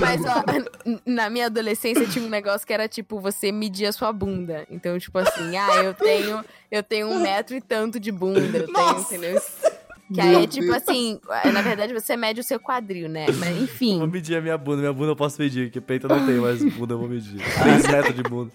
Speaker 2: Mas ó, n- na minha adolescência tinha um negócio que era tipo você medir a sua bunda. Então, tipo assim, ah, eu tenho, eu tenho um metro e tanto de bunda, eu tenho, entendeu? Que aí
Speaker 3: Meu
Speaker 2: é tipo
Speaker 3: Deus.
Speaker 2: assim, na verdade você mede o seu quadril, né? Mas
Speaker 1: Vou
Speaker 2: enfim.
Speaker 1: medir a minha bunda. Minha bunda eu posso medir, porque peito eu não tenho, mas bunda eu vou medir. 3 metros de bunda.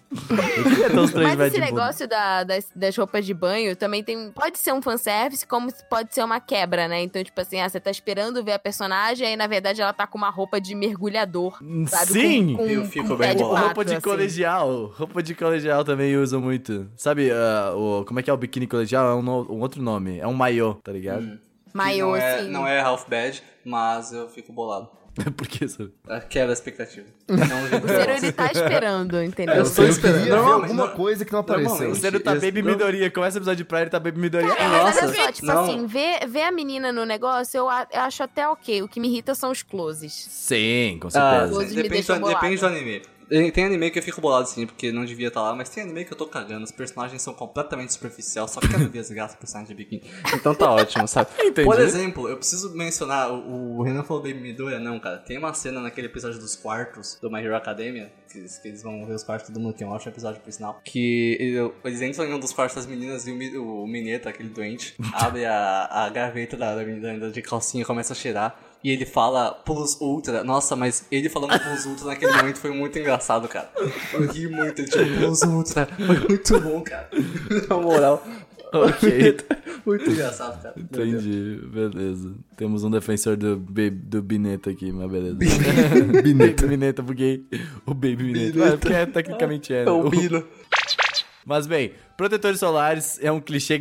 Speaker 1: Eu queria ter uns 3
Speaker 2: Mas
Speaker 1: metros
Speaker 2: esse
Speaker 1: de bunda.
Speaker 2: negócio da- das, das roupas de banho também tem. Pode ser um fanservice, como pode ser uma quebra, né? Então, tipo assim, ah, você tá esperando ver a personagem, aí na verdade ela tá com uma roupa de mergulhador. Sabe?
Speaker 1: Hum, Sim!
Speaker 2: Com, com,
Speaker 4: Eu fico
Speaker 2: com
Speaker 4: bem
Speaker 2: pé de
Speaker 4: bolado.
Speaker 2: pato,
Speaker 1: roupa de
Speaker 2: assim.
Speaker 1: colegial. Roupa de colegial também usam muito. Sabe, ah, o, como é que é o biquíni colegial? É um, no- um outro nome. É um maiô, tá ligado?
Speaker 2: Maior,
Speaker 4: não, é,
Speaker 2: assim.
Speaker 4: não é half bad, mas eu fico bolado.
Speaker 1: Por que isso?
Speaker 4: Ah, Quebra a expectativa. Não,
Speaker 2: O Ciro, ele tá esperando, entendeu?
Speaker 4: Eu sou-
Speaker 3: Eu queria ver
Speaker 4: Normalmente,
Speaker 3: alguma
Speaker 4: no-
Speaker 3: coisa que não apareceu.
Speaker 1: O
Speaker 4: normalmente.
Speaker 1: Zero tá
Speaker 4: Esse-
Speaker 1: Baby
Speaker 4: não-
Speaker 1: Midoriya. Começa o episódio de praia, ele tá Baby Midoriya.
Speaker 4: É,
Speaker 2: Mas
Speaker 4: Nossa,
Speaker 2: olha só, tipo
Speaker 4: não.
Speaker 2: assim, ver, ver a menina no negócio, eu, a- eu acho até ok. O que me irrita são os closes.
Speaker 1: Sim, com
Speaker 4: Ah,
Speaker 1: certeza.
Speaker 2: Close me
Speaker 4: depende,
Speaker 2: deixa
Speaker 4: do,
Speaker 2: bolada.
Speaker 4: depende do anime. Tem tem anime que eu fico bolado sim, porque não devia estar lá, mas tem anime que eu tô cagando. Os personagens são completamente superficial, só quero ver as graças do personagem de biquíni. Então tá ótimo, sabe?
Speaker 1: Entendi.
Speaker 4: Por exemplo, eu preciso mencionar, o, o Renan falou Baby Midoriya, não, cara. Tem uma cena naquele episódio dos quartos do My Hero Academia, que, eles- que eles vão ver os quartos todo mundo, tem um ótimo episódio por sinal, que ele- eles entram em um dos quartos das meninas e o, Mi- o Mineta, aquele doente, abre a, a gaveta da, da menina de calcinha e começa a cheirar. E ele fala Plus Ultra. Nossa, mas ele falando Plus Ultra naquele momento foi muito engraçado, cara. Eu ri muito, ele tipo, Plus Ultra. Foi muito bom, cara. Na moral.
Speaker 1: Ok.
Speaker 4: Muito engraçado, cara. Meu Deus.
Speaker 1: Entendi, beleza. Temos um defensor do, Ba- do Bineta aqui, mas beleza. Bineta. Bineta, buguei. O Baby Bineta. Ah, porque é, tecnicamente é. né?
Speaker 4: Eu
Speaker 1: O-
Speaker 4: bino.
Speaker 1: Mas bem, protetores solares é um clichê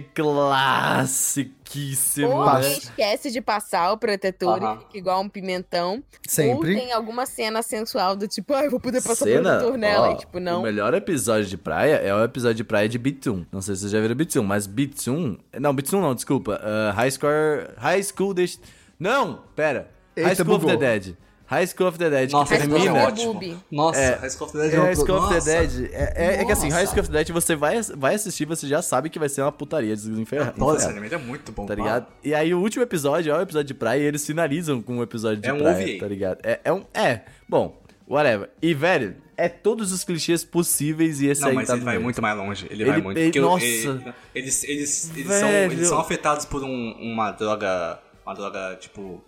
Speaker 1: classiquíssimo.
Speaker 2: Ou
Speaker 1: né?
Speaker 2: alguém esquece de passar o protetor
Speaker 4: Aham.
Speaker 2: e fica igual um pimentão. Ou
Speaker 3: Sempre.
Speaker 2: tem alguma cena sensual do tipo, ah, eu vou poder passar
Speaker 1: Cena,
Speaker 2: protetor nela.
Speaker 1: ó,
Speaker 2: e tipo, não.
Speaker 1: O melhor episódio de praia é o episódio de praia de Bitsum. Não sei se vocês já viram Bitsum, mas Bitsum. Não, Bitsum não, desculpa. Ah, High Score. High School. Dest... Não, pera. High
Speaker 3: Eita,
Speaker 1: School
Speaker 3: bugou.
Speaker 1: of the Dead. High School of the Dead.
Speaker 4: Nossa,
Speaker 1: que
Speaker 2: High School of the
Speaker 1: termina.
Speaker 4: é
Speaker 2: Dead.
Speaker 4: ótimo.
Speaker 2: Boob.
Speaker 4: Nossa,
Speaker 1: É,
Speaker 4: High School of the Dead
Speaker 1: É,
Speaker 4: é, um
Speaker 1: High School of the
Speaker 4: nossa.
Speaker 1: Dead. É, é- é que assim,
Speaker 4: Nossa.
Speaker 1: High School of the Dead você vai, vai assistir, você já sabe que vai ser uma putaria dos infernos.
Speaker 4: Nossa, esse anime é muito bom,
Speaker 1: Tá
Speaker 4: cara.
Speaker 1: ligado? E aí o último episódio é o episódio de praia e eles finalizam com um episódio de
Speaker 4: É um
Speaker 1: praia,
Speaker 4: OVA.
Speaker 1: tá ligado? É, é um. É, bom, whatever. E, velho, é todos os clichês possíveis e esse
Speaker 4: Não,
Speaker 1: aí
Speaker 4: mas
Speaker 1: tá
Speaker 4: ele
Speaker 1: no
Speaker 4: vai
Speaker 1: meio.
Speaker 4: muito mais longe. Ele,
Speaker 1: Ele-
Speaker 4: vai muito.
Speaker 1: ele-
Speaker 4: porque eu-
Speaker 1: nossa.
Speaker 4: ele- eles, eles, eles, são,
Speaker 1: Velho.
Speaker 4: eles são afetados por um- uma droga. Uma droga, tipo.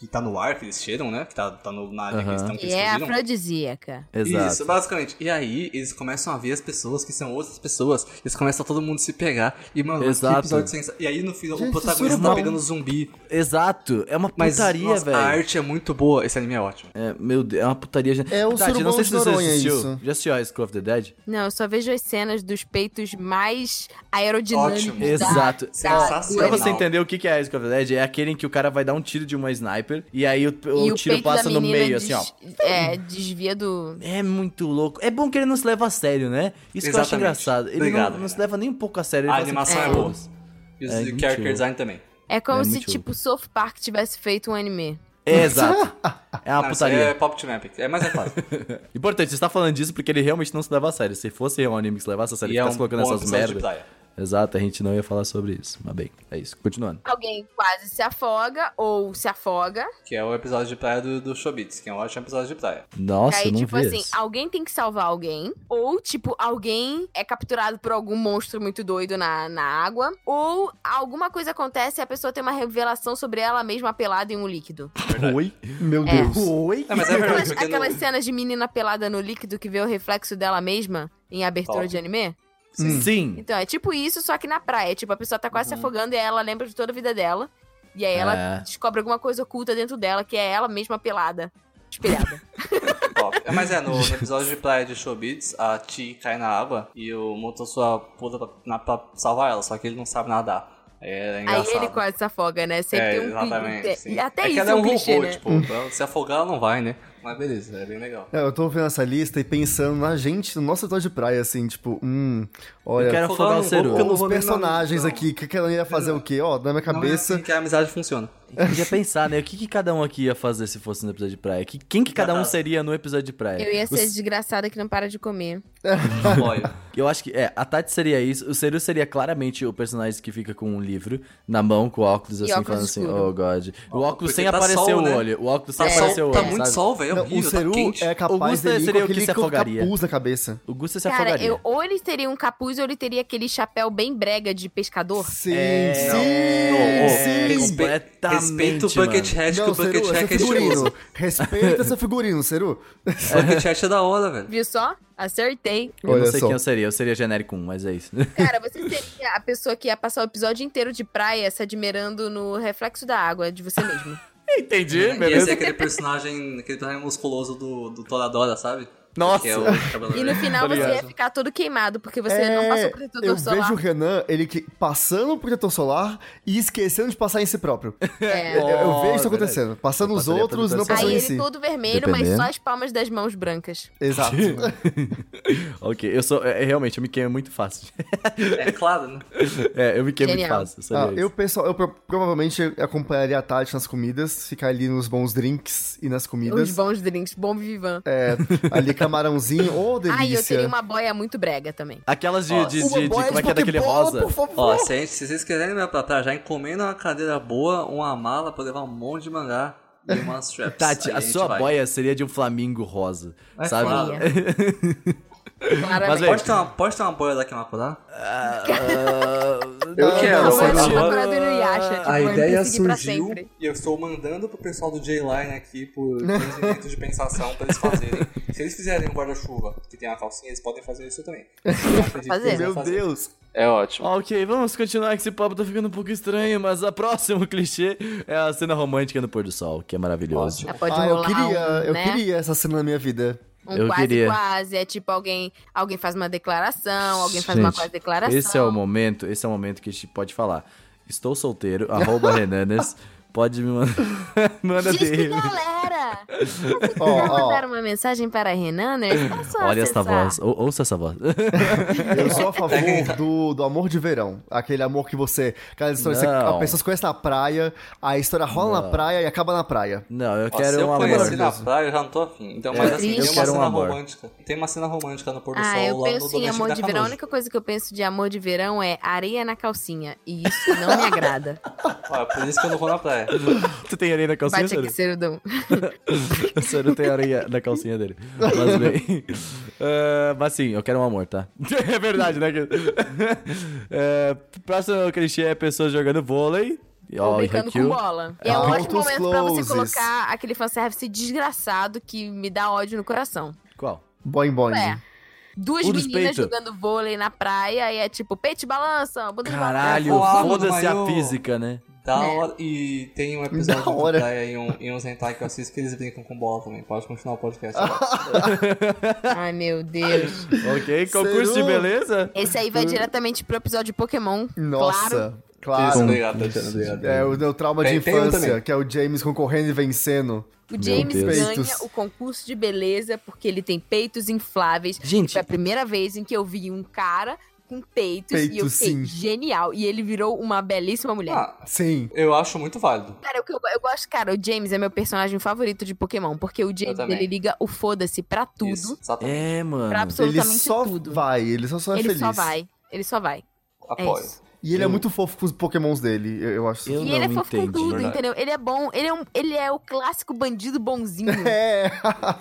Speaker 4: Que tá no ar que eles cheiram, né? Que tá, tá no, na área que eles
Speaker 1: Aham.
Speaker 4: estão que
Speaker 2: E
Speaker 4: eles
Speaker 2: é
Speaker 4: fugiram.
Speaker 2: afrodisíaca.
Speaker 1: Exato.
Speaker 4: Isso, basicamente. E aí, eles começam a ver as pessoas que são outras pessoas. Eles começam a todo mundo se pegar. E, mano,
Speaker 1: Exato.
Speaker 4: que episódio sensa... E aí, no final,
Speaker 3: Gente,
Speaker 4: o
Speaker 3: isso
Speaker 4: protagonista
Speaker 3: era
Speaker 4: tá
Speaker 3: bom.
Speaker 4: pegando zumbi.
Speaker 1: Exato. É uma
Speaker 4: Mas
Speaker 1: putaria,
Speaker 4: nossa, a
Speaker 1: velho.
Speaker 4: arte é muito boa. Esse anime é ótimo.
Speaker 1: É, meu Deus, é uma putaria.
Speaker 3: É o
Speaker 1: Tati, não
Speaker 3: Surubão
Speaker 1: sei
Speaker 3: de
Speaker 1: se você
Speaker 3: Noronha,
Speaker 1: assistiu.
Speaker 3: isso.
Speaker 1: Já assistiu High School of the Dead?
Speaker 2: Não, eu só vejo as cenas dos peitos mais aerodinâmicos. tá?
Speaker 4: Ótimo.
Speaker 2: da-
Speaker 1: Exato. É,
Speaker 2: da- do
Speaker 1: Pra
Speaker 4: Sensacional.
Speaker 1: você entender o que que é High School of the Dead, é aquele em que o cara vai dar um tiro de uma sniper e aí o, o
Speaker 2: E o
Speaker 1: tiro
Speaker 2: peito da
Speaker 1: passa no
Speaker 2: menina
Speaker 1: meio,
Speaker 2: des-
Speaker 1: assim, ó.
Speaker 2: É, desvia do.
Speaker 1: É muito louco. É bom que ele não se leva a sério, né? Isso que eu acho
Speaker 4: Exatamente.
Speaker 1: engraçado. Ele
Speaker 4: Obrigado,
Speaker 1: não, não
Speaker 4: cara.
Speaker 1: se leva nem um pouco a sério.
Speaker 4: A
Speaker 1: Ele fala assim,
Speaker 4: animação
Speaker 2: é
Speaker 1: "Pô,
Speaker 4: boa." E os
Speaker 1: É,
Speaker 4: character
Speaker 1: mentira.
Speaker 4: design também.
Speaker 2: É como
Speaker 1: É
Speaker 2: se,
Speaker 1: muito
Speaker 2: tipo, South Park tivesse feito um anime.
Speaker 1: É, exato. É uma
Speaker 4: Não, isso aí
Speaker 1: putaria.
Speaker 4: é pop to map. É mais é fácil.
Speaker 1: Importante, você tá falando disso porque ele realmente não se leva a sério. Se fosse um anime que se levasse a sério,
Speaker 4: e
Speaker 1: ele
Speaker 4: é um
Speaker 1: ficasse
Speaker 4: bom
Speaker 1: colocando essas
Speaker 4: episódio de
Speaker 1: merdas.
Speaker 4: praia.
Speaker 1: Exato, a gente não ia falar sobre isso. Mas bem, é isso. Continuando.
Speaker 2: Alguém quase se afoga ou se afoga.
Speaker 4: Que é o episódio de praia do, do Showbiz, que é um ótimo episódio de praia.
Speaker 1: Nossa,
Speaker 2: aí,
Speaker 1: eu não
Speaker 2: tipo
Speaker 1: vi
Speaker 2: assim,
Speaker 1: isso.
Speaker 2: alguém tem que salvar alguém. Ou, tipo, alguém é capturado por algum monstro muito doido na, na água. Ou alguma coisa acontece e a pessoa tem uma revelação sobre ela mesma pelada em um líquido.
Speaker 1: Oi?
Speaker 3: Meu Deus.
Speaker 1: Oi?
Speaker 4: É, mas é verdade,
Speaker 2: Aquelas,
Speaker 4: porque no-
Speaker 2: aquelas cenas de menina pelada no líquido que vê o reflexo dela mesma em abertura
Speaker 4: Top.
Speaker 2: de anime.
Speaker 1: Sim.
Speaker 2: É Então, é tipo isso, só que na praia. Tipo, a pessoa tá quase se afogando e ela lembra de toda a vida dela. E aí ela
Speaker 1: Uhum. É.
Speaker 2: descobre alguma coisa oculta dentro dela, que é ela mesma pelada. Espelhada.
Speaker 4: Top. É, Mas é, no, no episódio de praia de Showbiz, a Ti cai na água e o Motosua pula pra, na- pra salvar ela, só que ele não sabe nadar. É,
Speaker 2: aí
Speaker 4: engraçado.
Speaker 2: ele quase se afoga, né? Sempre
Speaker 4: é,
Speaker 2: tem um
Speaker 4: exatamente.
Speaker 2: clipe-
Speaker 4: sim.
Speaker 2: Até
Speaker 4: é que
Speaker 2: isso
Speaker 4: ela
Speaker 2: é
Speaker 4: é
Speaker 2: um,
Speaker 4: um
Speaker 2: clichê,
Speaker 4: robô,
Speaker 2: né?
Speaker 4: tipo, então, se afogar ela não vai, né? Mas beleza, é bem legal.
Speaker 3: É, eu tô vendo essa lista e pensando na gente, no nosso episódio de praia, assim, tipo, hum, olha,
Speaker 1: Eu quero afogar o
Speaker 4: Afogar no
Speaker 1: Seru.
Speaker 4: boca um Eu não
Speaker 3: os
Speaker 4: vou nem na
Speaker 3: personagens
Speaker 4: lista, não.
Speaker 3: aqui, o que que ela ia fazer o quê? Ó, na minha
Speaker 4: Não é
Speaker 3: cabeça.
Speaker 4: assim que a amizade funciona.
Speaker 1: Eu queria pensar, né? O que, que cada um aqui ia fazer se fosse no episódio de praia? Que, quem que cada um
Speaker 4: Ah.
Speaker 1: seria no episódio de praia?
Speaker 2: Eu ia ser
Speaker 1: Os-
Speaker 2: desgraçada que não para de comer.
Speaker 4: Apoio.
Speaker 1: eu acho que, é, a Tati seria isso. O Seru seria claramente o personagem que fica com um livro na mão, com óculos,
Speaker 2: E
Speaker 1: assim,
Speaker 2: óculos
Speaker 1: falando assim,
Speaker 2: escuro.
Speaker 1: oh god. O óculos
Speaker 4: Porque
Speaker 1: sem
Speaker 4: tá
Speaker 1: aparecer
Speaker 4: sol,
Speaker 1: o
Speaker 4: né?
Speaker 1: olho. O óculos
Speaker 4: Tá,
Speaker 1: sem
Speaker 4: sol,
Speaker 1: aparecer o olho.
Speaker 4: tá muito
Speaker 1: sabe?
Speaker 4: sol, velho. É
Speaker 3: Não,
Speaker 4: horrível,
Speaker 3: o Seru
Speaker 4: tá quente.
Speaker 3: é capaz
Speaker 1: Augusta
Speaker 3: dele ir com
Speaker 1: seria o que
Speaker 3: aquele
Speaker 1: se afogaria.
Speaker 3: capuz na cabeça.
Speaker 1: O Gusta se
Speaker 2: Cara,
Speaker 1: afogaria.
Speaker 2: eu, ou ele teria um capuz ou ele teria aquele chapéu bem brega de pescador.
Speaker 3: Sim,
Speaker 1: É,
Speaker 3: sim,
Speaker 1: não. É,
Speaker 3: sim.
Speaker 1: respeito completamente,
Speaker 4: Respeita o Buckethead, que
Speaker 3: Não,
Speaker 4: o
Speaker 3: Seru, esse é
Speaker 4: Buckethead é estiloso.
Speaker 3: figurino. Respeita seu figurino, Seru.
Speaker 4: O Buckethead é da hora, velho.
Speaker 2: Viu só? Acertei.
Speaker 1: Eu não
Speaker 3: Olha
Speaker 1: sei
Speaker 3: só.
Speaker 1: quem eu seria. Eu seria genérico 1, mas é isso.
Speaker 2: Cara, você seria a pessoa que ia passar o episódio inteiro de praia se admirando no reflexo da água de você mesmo.
Speaker 1: Entendi,
Speaker 4: E esse é aquele personagem, aquele personagem musculoso do, do Toradora, sabe?
Speaker 1: Nossa.
Speaker 4: Que é o cabeludo.
Speaker 2: E no final você ia
Speaker 4: Obrigado.
Speaker 2: ficar todo queimado, porque você não
Speaker 3: É,
Speaker 2: passou protetor
Speaker 3: eu
Speaker 2: solar.
Speaker 3: vejo o Renan, ele que- passando o protetor solar e esquecendo de passar em si próprio.
Speaker 2: É.
Speaker 3: Eu- eu, eu
Speaker 1: Oh,
Speaker 3: vejo isso
Speaker 1: verdade.
Speaker 3: acontecendo. Passando
Speaker 1: Eu
Speaker 3: os
Speaker 1: passaria
Speaker 3: outros e não
Speaker 1: protetor
Speaker 3: passou
Speaker 2: Aí
Speaker 1: solar.
Speaker 3: em
Speaker 2: ele
Speaker 3: si.
Speaker 2: todo vermelho, mas
Speaker 1: Dependendo.
Speaker 2: só as palmas das mãos brancas.
Speaker 3: Exato.
Speaker 1: ok, eu sou. é, realmente, eu me queimo muito fácil.
Speaker 4: É claro, né?
Speaker 1: é, eu me queimo muito
Speaker 2: Genial.
Speaker 1: fácil. eu
Speaker 3: Ah,
Speaker 1: sabia
Speaker 3: eu,
Speaker 1: isso.
Speaker 3: pessoal, eu pro- provavelmente acompanharia a Tati nas comidas, ficar ali nos bons drinks e nas
Speaker 2: Os
Speaker 3: comidas.
Speaker 2: bons drinks, bom vivan.
Speaker 3: É, ali camarãozinho, ô delícia.
Speaker 2: Ah, e eu teria uma boia muito brega também.
Speaker 1: Aquelas de.
Speaker 4: Ó,
Speaker 1: de,
Speaker 3: Uma
Speaker 1: de- de-
Speaker 3: boia
Speaker 1: como é que é
Speaker 3: de
Speaker 1: daquele
Speaker 3: pokebola,
Speaker 1: rosa?
Speaker 3: Por favor.
Speaker 4: Ó, se, a gente- se vocês quiserem me pra praia, já encomenda uma cadeira boa, uma mala pra levar um monte de mangá e umas straps.
Speaker 1: Tati,
Speaker 4: Aí
Speaker 1: a
Speaker 4: gente
Speaker 1: sua
Speaker 4: vai.
Speaker 3: é
Speaker 1: boia seria de um flamingo rosa,
Speaker 4: Vai
Speaker 1: sabe?
Speaker 4: falar.
Speaker 2: Claramente.
Speaker 4: Pode ter, uma, pode ter uma boia daqui, Makurá?
Speaker 1: Ah,
Speaker 4: Eu
Speaker 1: não,
Speaker 4: quero,
Speaker 1: não,
Speaker 4: eu
Speaker 1: não,
Speaker 4: quero.
Speaker 1: não.
Speaker 2: Namorado no Yasha, tipo,
Speaker 4: A
Speaker 2: vai me
Speaker 4: ideia
Speaker 2: perseguir pra
Speaker 4: surgiu
Speaker 2: sempre.
Speaker 4: e eu estou mandando pro pessoal do J-Line aqui por 15 minutos de pensação pra eles fazerem. Se eles fizerem um guarda-chuva que tem uma calcinha, eles podem fazer isso também. Eu acredito que
Speaker 2: Fazer.
Speaker 4: eles vão
Speaker 3: Meu Deus.
Speaker 4: É ótimo.
Speaker 1: Ok, vamos continuar que esse papo tá ficando um pouco estranho, mas a próximo clichê é a cena romântica no pôr do sol, que é maravilhoso.
Speaker 4: Ótimo.
Speaker 2: Ah, Pode
Speaker 3: ah, eu
Speaker 2: rolar
Speaker 3: queria,
Speaker 2: um,
Speaker 3: eu
Speaker 2: né?
Speaker 3: queria essa cena na minha vida.
Speaker 2: Um
Speaker 1: Eu
Speaker 2: quase
Speaker 1: queria.
Speaker 2: quase. É tipo alguém, alguém faz uma declaração, alguém faz uma
Speaker 1: Gente,
Speaker 2: quase declaração.
Speaker 1: Esse é o momento, esse é o momento que a gente pode falar. Estou solteiro, arroba Renanas, pode me mandar. Manda
Speaker 2: Diz que
Speaker 1: dele.
Speaker 2: galera!
Speaker 3: Ó,
Speaker 2: Quer mandar
Speaker 3: ó,
Speaker 2: uma mensagem para a Renaners? É só
Speaker 1: Olha essa
Speaker 2: acessar.
Speaker 1: voz, ou- ouça essa voz.
Speaker 3: eu sou a favor do, do amor de verão. Aquele amor que você. Aquela história que você,
Speaker 1: Não.
Speaker 3: a pessoa se conhece na praia, a história rola na praia e acaba na praia.
Speaker 1: Não, eu
Speaker 4: Ó,
Speaker 1: quero
Speaker 4: se eu
Speaker 1: um amor.
Speaker 4: conheci na praia, eu já não tô afim. Então, mas assim, tem
Speaker 2: triste. Eu
Speaker 4: uma
Speaker 1: quero um
Speaker 4: cena
Speaker 1: amor.
Speaker 4: romântica. Tem uma cena romântica no pôr do tá
Speaker 2: Ah,
Speaker 4: sol lá
Speaker 2: eu
Speaker 4: no
Speaker 2: penso em
Speaker 4: Domingos
Speaker 2: amor
Speaker 4: da
Speaker 2: de verão. A
Speaker 4: Canojo.
Speaker 2: única coisa que eu penso de amor de verão é areia na calcinha. E isso não me agrada.
Speaker 4: Ó, é por isso que eu não vou na praia.
Speaker 1: Tu tem areia na calcinha,
Speaker 2: Bate aqui,
Speaker 1: Soro?
Speaker 2: cerudão.
Speaker 1: O Soro tem areia na calcinha dele. Mas bem. Ah, mas sim, eu quero um amor, tá? É verdade, né? que- É, próximo clichê é pessoas jogando vôlei.
Speaker 2: Ou
Speaker 1: Ó, e
Speaker 2: brincando com
Speaker 1: Haikyuu.
Speaker 2: bola. É um
Speaker 3: Altos
Speaker 2: ótimo momento pra você
Speaker 3: closes.
Speaker 2: colocar aquele fanservice desgraçado que me dá ódio no coração.
Speaker 1: Qual?
Speaker 3: Boing boing.
Speaker 2: É. Duas
Speaker 1: Puro
Speaker 2: meninas
Speaker 1: peito.
Speaker 2: jogando vôlei na praia e é tipo, peito balança, bunda de
Speaker 1: Caralho,
Speaker 4: É voado,
Speaker 1: foda-se a
Speaker 4: maiô.
Speaker 1: física, né?
Speaker 4: Da
Speaker 2: É.
Speaker 4: hora. E tem um episódio
Speaker 3: Da hora.
Speaker 4: de praia e, um, e uns hentai que eu assisto que eles brincam com bola também. Pode continuar o podcast agora.
Speaker 2: balança. Ai, meu Deus.
Speaker 1: Ok, concurso de
Speaker 3: Seru.
Speaker 1: beleza?
Speaker 2: Esse aí vai diretamente pro episódio de Pokémon. Claro.
Speaker 3: Nossa,
Speaker 4: Isso,
Speaker 3: claro.
Speaker 4: obrigado, Tatiana. Obrigado.
Speaker 3: É o meu trauma
Speaker 4: Tem-
Speaker 3: de
Speaker 4: tem um
Speaker 3: infância,
Speaker 4: também.
Speaker 3: que é o James concorrendo e vencendo.
Speaker 2: O James
Speaker 1: Deus.
Speaker 2: ganha
Speaker 3: Peitos.
Speaker 2: o concurso de beleza porque ele tem peitos infláveis.
Speaker 1: Gente,
Speaker 2: Foi a primeira vez em que eu vi um cara com peitos, e eu
Speaker 3: Peitos,
Speaker 2: fiquei
Speaker 3: sim.
Speaker 2: genial. E ele virou uma belíssima mulher.
Speaker 4: Ah,
Speaker 3: Sim.
Speaker 4: eu acho muito válido.
Speaker 2: Cara, o que eu, eu gosto, cara, o James é meu personagem favorito de Pokémon, porque o James
Speaker 4: também.
Speaker 2: ele liga o foda-se pra tudo,
Speaker 4: Isso, exatamente.
Speaker 1: é, mano.
Speaker 2: pra
Speaker 3: Ele
Speaker 2: absolutamente
Speaker 3: só
Speaker 2: tudo.
Speaker 3: vai, ele só, só é
Speaker 2: ele
Speaker 3: feliz.
Speaker 2: só vai, ele só vai. É
Speaker 4: Apoio.
Speaker 2: isso.
Speaker 3: E ele é muito fofo com os pokémons dele, eu, eu acho.
Speaker 1: Eu
Speaker 2: e
Speaker 1: não
Speaker 2: ele é fofo
Speaker 1: entendi.
Speaker 2: com tudo,
Speaker 4: Verdade.
Speaker 2: entendeu? Ele é bom, ele é, um- ele é o clássico bandido bonzinho.
Speaker 3: É,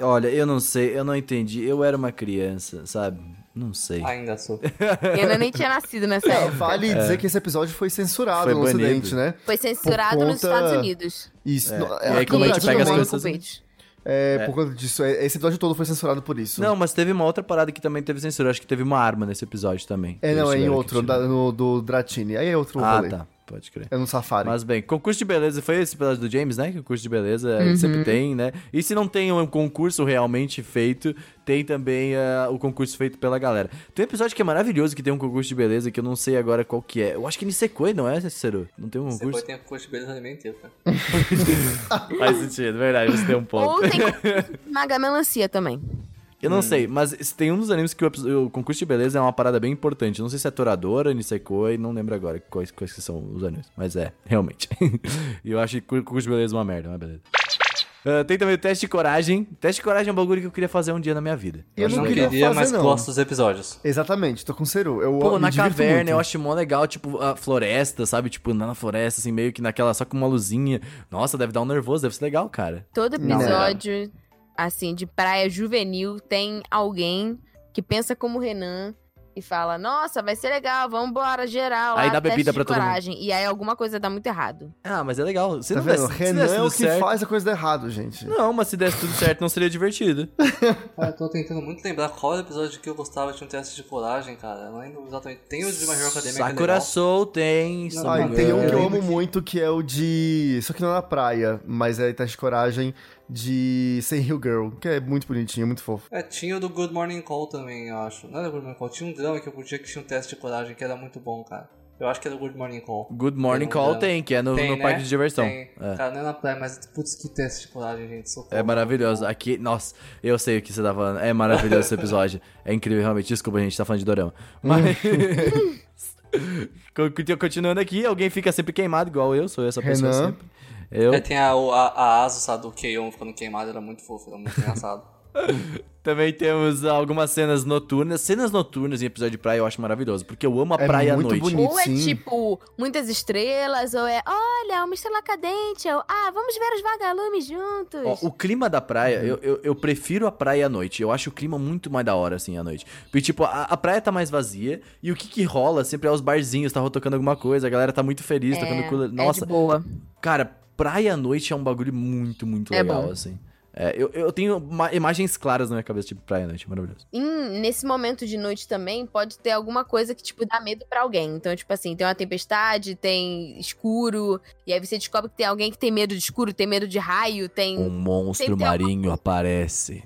Speaker 1: Olha, eu não sei, eu não entendi. Eu era uma criança, sabe? Não sei.
Speaker 4: Ainda sou.
Speaker 1: É
Speaker 2: eu ainda nem tinha nascido nessa época.
Speaker 3: vale
Speaker 4: É.
Speaker 3: dizer que esse episódio foi censurado
Speaker 1: Foi
Speaker 3: no
Speaker 1: banido.
Speaker 3: ocidente, né?
Speaker 2: Foi censurado
Speaker 3: Por
Speaker 2: nos
Speaker 3: conta-
Speaker 2: Estados Unidos.
Speaker 3: Isso. no-
Speaker 1: É. E aí,
Speaker 3: aqui
Speaker 1: como
Speaker 3: no
Speaker 1: a gente
Speaker 3: Brasil
Speaker 1: pega as
Speaker 3: não é.
Speaker 1: coisas- né?
Speaker 2: com peitos.
Speaker 3: É, por conta disso. é, Esse episódio todo foi censurado por isso.
Speaker 1: Não, mas teve uma outra parada que também teve censura. Acho que teve uma arma nesse episódio também.
Speaker 3: É,
Speaker 1: Eles
Speaker 3: não, é em
Speaker 1: tiveram que
Speaker 3: outro,
Speaker 1: tirar.
Speaker 3: da- no, do Dratini. Aí é outro
Speaker 1: Ah,
Speaker 3: rolê.
Speaker 1: tá. Pode crer.
Speaker 3: É no safari.
Speaker 1: Mas bem, concurso de beleza foi esse episódio do James, né? Que concurso de beleza a gente sempre tem, né? E se não tem um concurso realmente feito, tem também ah, o concurso feito pela galera. Tem um episódio que é maravilhoso que tem um concurso de beleza que eu não sei agora qual que é. Eu acho que ele secou, não é, Cicero? Não tem um
Speaker 4: Você
Speaker 1: concurso?
Speaker 4: pode ter curso de beleza alimentar, cara.
Speaker 1: Faz sentido, verdade, você tem um ponto.
Speaker 2: Ou tem Maga Melancia também.
Speaker 1: Eu não sei, mas se tem um dos animes que o, epis- o concurso de beleza é uma parada bem importante. Eu Não sei se é Toradora, Nisekoi, não lembro agora quais, quais que são os animes. Mas é, realmente. E eu acho que o concurso de beleza é uma merda, mas beleza. Ah, tem também o teste de coragem. Teste de coragem é um bagulho que eu queria fazer um dia na minha vida.
Speaker 3: Eu
Speaker 1: acho
Speaker 3: não
Speaker 1: um-
Speaker 3: queria fazer,
Speaker 4: mas
Speaker 3: não.
Speaker 4: gosto dos episódios.
Speaker 3: Exatamente, tô com o Seru. Eu
Speaker 1: Pô,
Speaker 3: me
Speaker 1: na
Speaker 3: divirto
Speaker 1: caverna,
Speaker 3: muito.
Speaker 1: eu acho mó legal, tipo, a floresta, sabe? Tipo, na na floresta, assim, meio que naquela, só com uma luzinha. Nossa, deve dar um nervoso, deve ser legal, cara.
Speaker 2: Todo
Speaker 3: Não.
Speaker 2: episódio, assim, de praia juvenil, tem alguém que pensa como o Renan e fala: Nossa, vai ser legal, vambora, geral.
Speaker 1: Aí
Speaker 2: lá,
Speaker 1: dá
Speaker 2: teste
Speaker 1: bebida
Speaker 2: de
Speaker 1: pra todo mundo.
Speaker 2: coragem. E aí alguma coisa dá muito errado.
Speaker 1: Ah, mas é legal. Se
Speaker 3: Tá
Speaker 1: não desse-
Speaker 3: vendo?
Speaker 1: se desse
Speaker 3: Renan é o
Speaker 1: tudo
Speaker 3: que
Speaker 1: certo-
Speaker 3: faz a coisa dar errado, gente.
Speaker 1: Não, mas se desse tudo certo, não seria divertido.
Speaker 4: Cara, eu tô tentando muito lembrar qual episódio que eu gostava de um teste de coragem, cara. Eu não lembro exatamente. Tem o de Major Academia que é
Speaker 1: Sakura
Speaker 4: legal.
Speaker 1: Soul tem.
Speaker 4: Não,
Speaker 3: Ah,
Speaker 1: Samurai.
Speaker 3: e tem um que eu
Speaker 4: Eu
Speaker 3: amo
Speaker 4: lembro que-
Speaker 3: muito que é o de. Só que não é na praia, mas é teste de coragem de Sem Hill Girl, que é muito bonitinho, muito fofo.
Speaker 4: É, tinha o do Good Morning Call também, eu acho. Não era Good Morning Call, tinha um drama que eu curtia que tinha um teste de coragem que era muito bom, cara. Eu acho que era o Good Morning Call.
Speaker 1: Good Morning
Speaker 4: Tem um
Speaker 1: Call
Speaker 4: drama.
Speaker 1: tem, que é no, no
Speaker 4: né?
Speaker 1: parque de diversão.
Speaker 4: Tem.
Speaker 1: É.
Speaker 4: Cara, não é na praia, mas putz, que teste de coragem, gente. Socorro.
Speaker 1: É maravilhoso. Aqui, nossa, eu sei o que você tá falando. É maravilhoso esse episódio. É incrível, realmente. Desculpa, gente, tá falando de Dorama. Mas. Con- conti- Continuando aqui, alguém fica sempre queimado, igual eu, sou essa pessoa
Speaker 3: Renan.
Speaker 1: sempre. Eu
Speaker 4: É, tem a, a, a asa, sabe, do Keion ficando queimado, era muito fofo, era muito engraçado.
Speaker 1: também temos algumas cenas noturnas. Cenas noturnas em episódio de praia eu acho maravilhoso, porque eu amo a
Speaker 3: É
Speaker 1: praia à
Speaker 3: muito
Speaker 1: noite.
Speaker 3: bonito.
Speaker 2: Ou é
Speaker 3: sim.
Speaker 2: tipo muitas estrelas, ou é olha, uma estrela cadente, ou ah, vamos ver os vagalumes juntos.
Speaker 1: Ó, o clima da praia, eu, eu, eu prefiro a praia à noite. Eu acho o clima muito mais da hora, assim, à noite. Porque, tipo, a, a praia tá mais vazia e o que que rola sempre é os barzinhos, tá tocando alguma coisa, a galera tá muito feliz, tocando... cula-
Speaker 2: É
Speaker 1: Nossa,
Speaker 2: de boa.
Speaker 1: cara, praia à noite é um bagulho muito, muito
Speaker 2: É
Speaker 1: legal,
Speaker 2: bom.
Speaker 1: assim. É, eu, eu tenho ma- imagens claras na minha cabeça, tipo, praia à noite, maravilhoso.
Speaker 2: Em- nesse momento de noite também, pode ter alguma coisa que, tipo, dá medo pra alguém. Então, tipo assim, tem uma tempestade, tem escuro, e aí você descobre que tem alguém que tem medo de escuro, tem medo de raio, tem.
Speaker 1: Um monstro
Speaker 2: Sempre tem
Speaker 1: marinho aparece.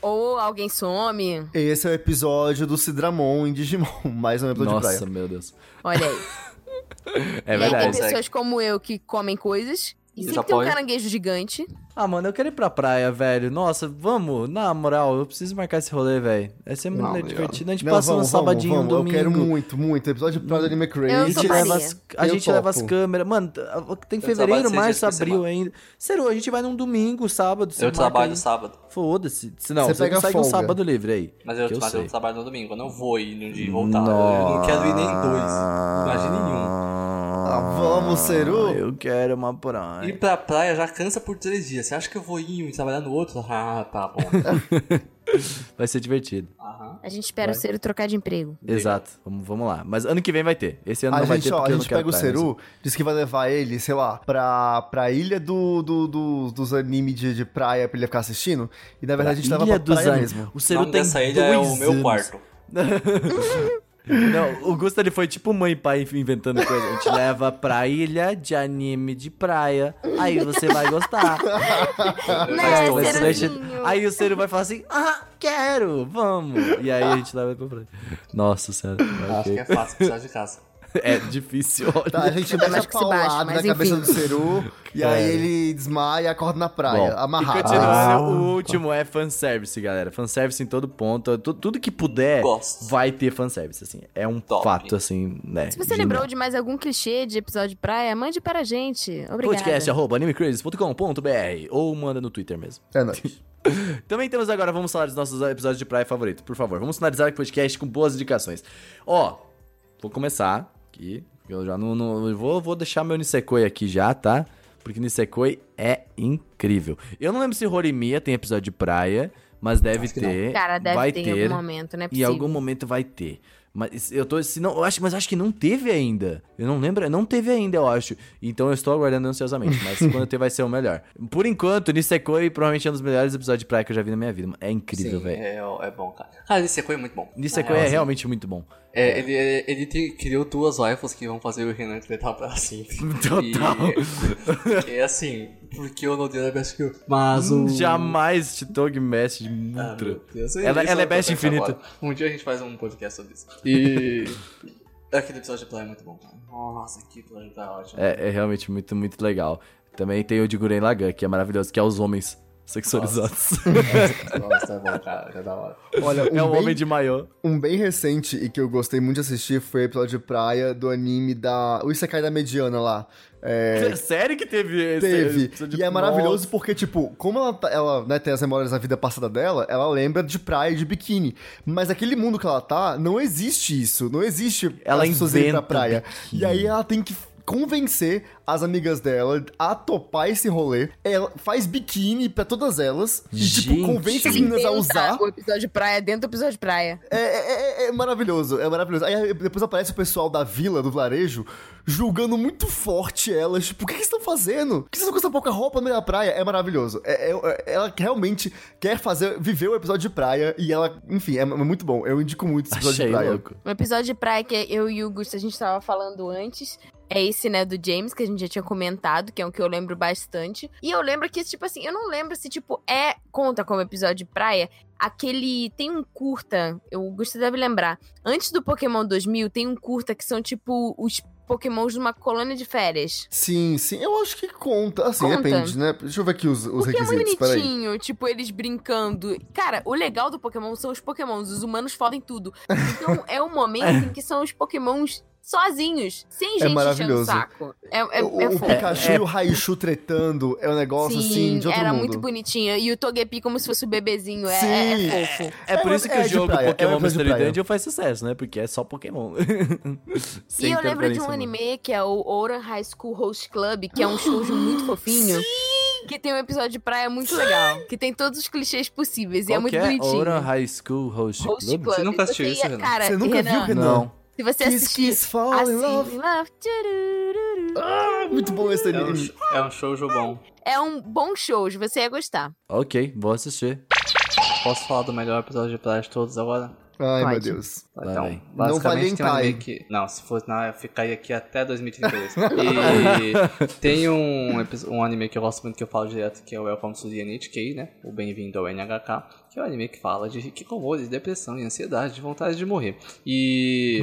Speaker 2: Ou alguém some.
Speaker 3: Esse é o episódio do Cidramon em Digimon, mais um episódio de
Speaker 1: Nossa,
Speaker 3: praia.
Speaker 1: meu Deus.
Speaker 2: Olha aí.
Speaker 1: É
Speaker 2: e aí tem
Speaker 1: verdade.
Speaker 4: Consegue.
Speaker 2: pessoas como eu que comem coisas. E
Speaker 4: Eles
Speaker 2: sempre tem um
Speaker 4: apoiam.
Speaker 2: caranguejo gigante.
Speaker 1: Ah, mano, eu quero ir pra praia, velho. Nossa, vamos. Na moral, eu preciso marcar esse rolê, velho. Vai ser muito
Speaker 4: Não,
Speaker 1: divertido. A gente
Speaker 3: Não,
Speaker 1: passa um
Speaker 3: vamos, vamos,
Speaker 1: sabadinho,
Speaker 3: vamos,
Speaker 1: um domingo.
Speaker 3: Eu quero muito, muito. Episódio de praia do Anime Crazy. Tipo,
Speaker 2: Eu
Speaker 1: A gente,
Speaker 2: toparia.
Speaker 1: leva as, a
Speaker 3: Eu
Speaker 1: gente leva as
Speaker 3: topo.
Speaker 1: câmeras. Mano, tá- tem
Speaker 4: Eu trabalho
Speaker 1: fevereiro,
Speaker 4: seis
Speaker 1: março,
Speaker 4: dias por
Speaker 1: abril
Speaker 4: semana.
Speaker 1: ainda. Sério, a gente vai num domingo, sábado. você
Speaker 4: Eu
Speaker 1: marca
Speaker 4: trabalho
Speaker 1: aí.
Speaker 4: sábado,
Speaker 1: Foda-se. Se não,
Speaker 3: Você
Speaker 1: você,
Speaker 3: pega
Speaker 1: consegue um
Speaker 3: folga.
Speaker 1: sábado livre aí.
Speaker 4: mas eu,
Speaker 1: que eu
Speaker 4: mas eu
Speaker 1: sei.
Speaker 4: trabalho no domingo. Eu não vou ir num dia e voltar. né? Eu não quero ir nem em dois. Imagina um.
Speaker 3: Ah, vamos, Seru.
Speaker 1: Eu quero uma
Speaker 4: em um. Ir
Speaker 1: praia.
Speaker 4: pra praia já cansa por três dias. Você acha que eu vou ir em um e trabalhar no outro? Ah, tá bom.
Speaker 1: Vai ser divertido.
Speaker 4: Aham.
Speaker 2: A gente espera o Ciro trocar de emprego.
Speaker 1: Exato. Vamos, vamos lá. Mas ano que vem vai ter. Esse ano
Speaker 3: A
Speaker 1: não vai
Speaker 3: gente,
Speaker 1: ter
Speaker 3: ó,
Speaker 1: porque
Speaker 3: a
Speaker 1: eu não
Speaker 3: gente
Speaker 1: quero
Speaker 3: pega o
Speaker 1: praia, mas-
Speaker 3: Seru, diz que vai levar ele, sei lá, pra, pra ilha do, do- do- dos animes de, de praia pra ele ficar assistindo. E na verdade a gente leva
Speaker 1: Ilha
Speaker 3: pra
Speaker 1: dos
Speaker 3: praia
Speaker 1: Anjos.
Speaker 3: mesmo.
Speaker 1: O
Speaker 4: O
Speaker 1: Seru
Speaker 4: nome
Speaker 1: tem
Speaker 4: dessa ilha é o
Speaker 1: dois
Speaker 4: meu
Speaker 1: anos.
Speaker 4: quarto.
Speaker 1: Não, o Gusta ele foi tipo mãe e pai inventando coisa. A gente leva pra ilha de anime de praia. Aí você vai gostar.
Speaker 2: Né,
Speaker 1: Vai ser
Speaker 2: Ceruzinho?
Speaker 1: excelente. Aí o Ciro vai falar assim: Ah, quero, vamos. E aí a gente leva ele pra praia. Nossa, sério.
Speaker 4: Acho que é fácil, precisar de casa.
Speaker 1: É difícil, olha.
Speaker 3: Tá, a gente
Speaker 2: Ainda
Speaker 3: mete
Speaker 2: mais
Speaker 3: a
Speaker 2: que se baixa,
Speaker 3: paulada na
Speaker 2: mas
Speaker 3: cabeça
Speaker 2: enfim.
Speaker 3: do Seru, e aí
Speaker 1: Cara.
Speaker 3: ele desmaia e acorda na
Speaker 1: É. Bom,
Speaker 3: praia,
Speaker 1: E
Speaker 3: tá amarrado.
Speaker 4: Ah.
Speaker 1: continuando, o último é fanservice, galera. Fanservice em todo ponto. Tu- tudo que puder
Speaker 4: Gosto.
Speaker 1: É, vai ter fanservice, assim. É um
Speaker 4: Top.
Speaker 1: fato, assim, né?
Speaker 2: Se você
Speaker 1: genial.
Speaker 2: lembrou de mais algum clichê de episódio de praia, mande para a gente. Obrigada.
Speaker 1: podcast.animecrazes.com.br ou manda no Twitter mesmo.
Speaker 3: É nóis.
Speaker 1: Também temos agora, vamos falar dos nossos episódios de praia favoritos, por favor. Vamos finalizar o podcast com boas indicações. Ó, vou começar aqui. Eu já não. não- eu vou, vou deixar meu Nisekoi aqui já, tá? Porque Nisekoi é incrível. Eu não lembro se Horimiya tem episódio de praia, mas deve
Speaker 4: Acho que não.
Speaker 1: ter.
Speaker 2: Cara, deve
Speaker 1: vai
Speaker 2: ter,
Speaker 1: ter.
Speaker 2: em algum momento, né?
Speaker 1: Em algum momento vai ter. Mas eu tô. Se não, eu acho, mas acho que não teve ainda. Eu não lembro. Não teve ainda, eu acho. Então eu estou aguardando ansiosamente. Mas quando ter, vai ser o melhor. Por enquanto, Nisekoi provavelmente é um dos melhores episódios de praia que eu já vi na minha vida. É incrível,
Speaker 4: Sim,
Speaker 1: velho.
Speaker 4: É, é bom, cara. Cara, esse Sekoi é muito bom.
Speaker 1: Nisekoi
Speaker 4: Na
Speaker 1: é
Speaker 4: real,
Speaker 1: realmente muito bom.
Speaker 4: assim, é, ele, ele, ele te- criou duas rifles que vão fazer o Renan tretar pra sempre.
Speaker 1: Total.
Speaker 4: E, é assim, porque eu não odeio a Best Kill. Mas
Speaker 1: Hum,
Speaker 4: o.
Speaker 1: Jamais Titog Mestre de
Speaker 4: Ah,
Speaker 1: Mutra.
Speaker 4: meu Deus,
Speaker 1: Ela-
Speaker 4: isso
Speaker 1: ela é
Speaker 4: outra
Speaker 1: best
Speaker 4: coisa
Speaker 1: infinita.
Speaker 4: agora. Um dia a gente faz um podcast sobre isso. E. Aquele episódio de Play é muito bom, cara. Nossa, que episódio tá
Speaker 3: Ah.
Speaker 4: ótimo.
Speaker 1: É, é realmente muito, muito legal. Também tem o de Guren Lagan, que é maravilhoso, que é os homens sexualizados.
Speaker 4: Nossa, é bom, cara. É da hora.
Speaker 3: Olha, um,
Speaker 1: é um
Speaker 3: bem,
Speaker 1: homem de maiô.
Speaker 3: um bem recente e que eu gostei muito de assistir foi o episódio de praia do anime da. O Isekai da Mediana lá. É,
Speaker 1: Sério que teve esse
Speaker 3: Teve.
Speaker 1: episódio?
Speaker 3: E é maravilhoso
Speaker 1: Nossa.
Speaker 3: porque, tipo, como ela, tá- ela né, tem as memórias da vida passada dela, ela lembra de praia e de biquíni. Mas aquele mundo que ela tá, não existe isso. Não existe
Speaker 1: Ela
Speaker 3: as pessoas irem pra
Speaker 1: inventa
Speaker 3: praia.
Speaker 1: biquíni.
Speaker 3: E aí ela tem que convencer as amigas dela a topar esse rolê. Ela faz biquíni pra todas elas. E,
Speaker 1: Gente.
Speaker 3: tipo, convence as meninas a usar.
Speaker 2: O um episódio de praia dentro do episódio de praia.
Speaker 3: É, é- é- é maravilhoso, é maravilhoso. Aí depois aparece o pessoal da vila, do vilarejo, julgando muito forte elas. Tipo, o que que vocês estão fazendo? Por que vocês estão com essa pouca roupa no meio da praia? É maravilhoso. É- é- é- ela realmente quer fazer, viver o episódio de praia e ela, enfim, é, muito bom. Eu indico muito esse episódio
Speaker 1: Achei
Speaker 3: de praia.
Speaker 1: louco.
Speaker 2: Um episódio de praia que eu e o Gusto a gente tava falando antes. É esse, né, do James, que a gente já tinha comentado, que é um que eu lembro bastante. E eu lembro que, tipo assim, eu não lembro se, tipo, é. Conta como episódio de praia. Aquele. Tem um curta, eu- o Gusto deve lembrar. Antes do Pokémon 2000, tem um curta que são, tipo, os Pokémons de uma colônia de férias.
Speaker 3: Sim, sim, eu acho que conta. Assim,
Speaker 2: Conta.
Speaker 3: depende, né? Deixa eu ver aqui os, os
Speaker 2: Porque é
Speaker 3: requisitos,
Speaker 2: muito
Speaker 3: peraí.
Speaker 2: bonitinho, tipo, eles brincando. Cara, o legal do Pokémon são os Pokémons, os humanos fodem tudo. Então é um momento em que são os Pokémons sozinhos, sem gente enchendo o
Speaker 3: É maravilhoso.
Speaker 2: saco. É, é,
Speaker 3: o,
Speaker 2: é
Speaker 3: o
Speaker 2: fofo.
Speaker 3: Pikachu
Speaker 1: É-
Speaker 3: e o Raichu tretando é um negócio, assim, de outro
Speaker 2: era
Speaker 3: mundo.
Speaker 2: muito bonitinho. E o Togepi como se fosse o bebezinho, é,
Speaker 3: Sim.
Speaker 2: é fofo.
Speaker 1: É por
Speaker 3: É,
Speaker 1: isso que
Speaker 3: é
Speaker 1: o
Speaker 3: de
Speaker 1: jogo
Speaker 3: praia, é um
Speaker 1: Pokémon
Speaker 3: episódio de
Speaker 1: Mystery
Speaker 3: praia.
Speaker 1: Dungeon faz sucesso, né? Porque é só Pokémon.
Speaker 2: E eu lembro de um anime que é o Oran High School Host Club, que é um shoujo muito fofinho. Que tem um episódio de praia muito legal. Que tem todos os clichês possíveis. e é muito bonitinho.
Speaker 1: Oran High School Host,
Speaker 2: Host
Speaker 1: Club?
Speaker 2: Club.
Speaker 4: Você nunca assistiu
Speaker 2: Você
Speaker 4: isso,
Speaker 2: ia-
Speaker 4: Renan?
Speaker 2: Cara,
Speaker 3: Você nunca
Speaker 2: Renan,
Speaker 3: viu, Renan?
Speaker 1: Não.
Speaker 2: Se você
Speaker 3: Kiss,
Speaker 2: assistir
Speaker 3: kiss, fall
Speaker 2: assim,
Speaker 3: in love.
Speaker 2: tchurururu.
Speaker 3: Ah, muito bom esse
Speaker 4: É um,
Speaker 3: anime.
Speaker 4: é um showjo bom.
Speaker 2: É um bom show, você ia gostar.
Speaker 1: Ok, vou assistir.
Speaker 4: Posso falar do melhor episódio de Play de todos agora?
Speaker 3: Ai,
Speaker 2: Pode.
Speaker 3: meu Deus.
Speaker 1: Vai, vai.
Speaker 4: Então,
Speaker 3: Tá, Não
Speaker 4: basicamente tem um
Speaker 3: vale em
Speaker 4: anime que... Não, se fosse não, eu ficaria aqui até 2032. e tem um, episo- um anime que eu gosto muito, que eu falo direto, que é o Welcome to the NHK, né? O Bem-vindo ao NHK, que é um anime que fala de hikikomori, depressão e ansiedade, de vontade de morrer. E...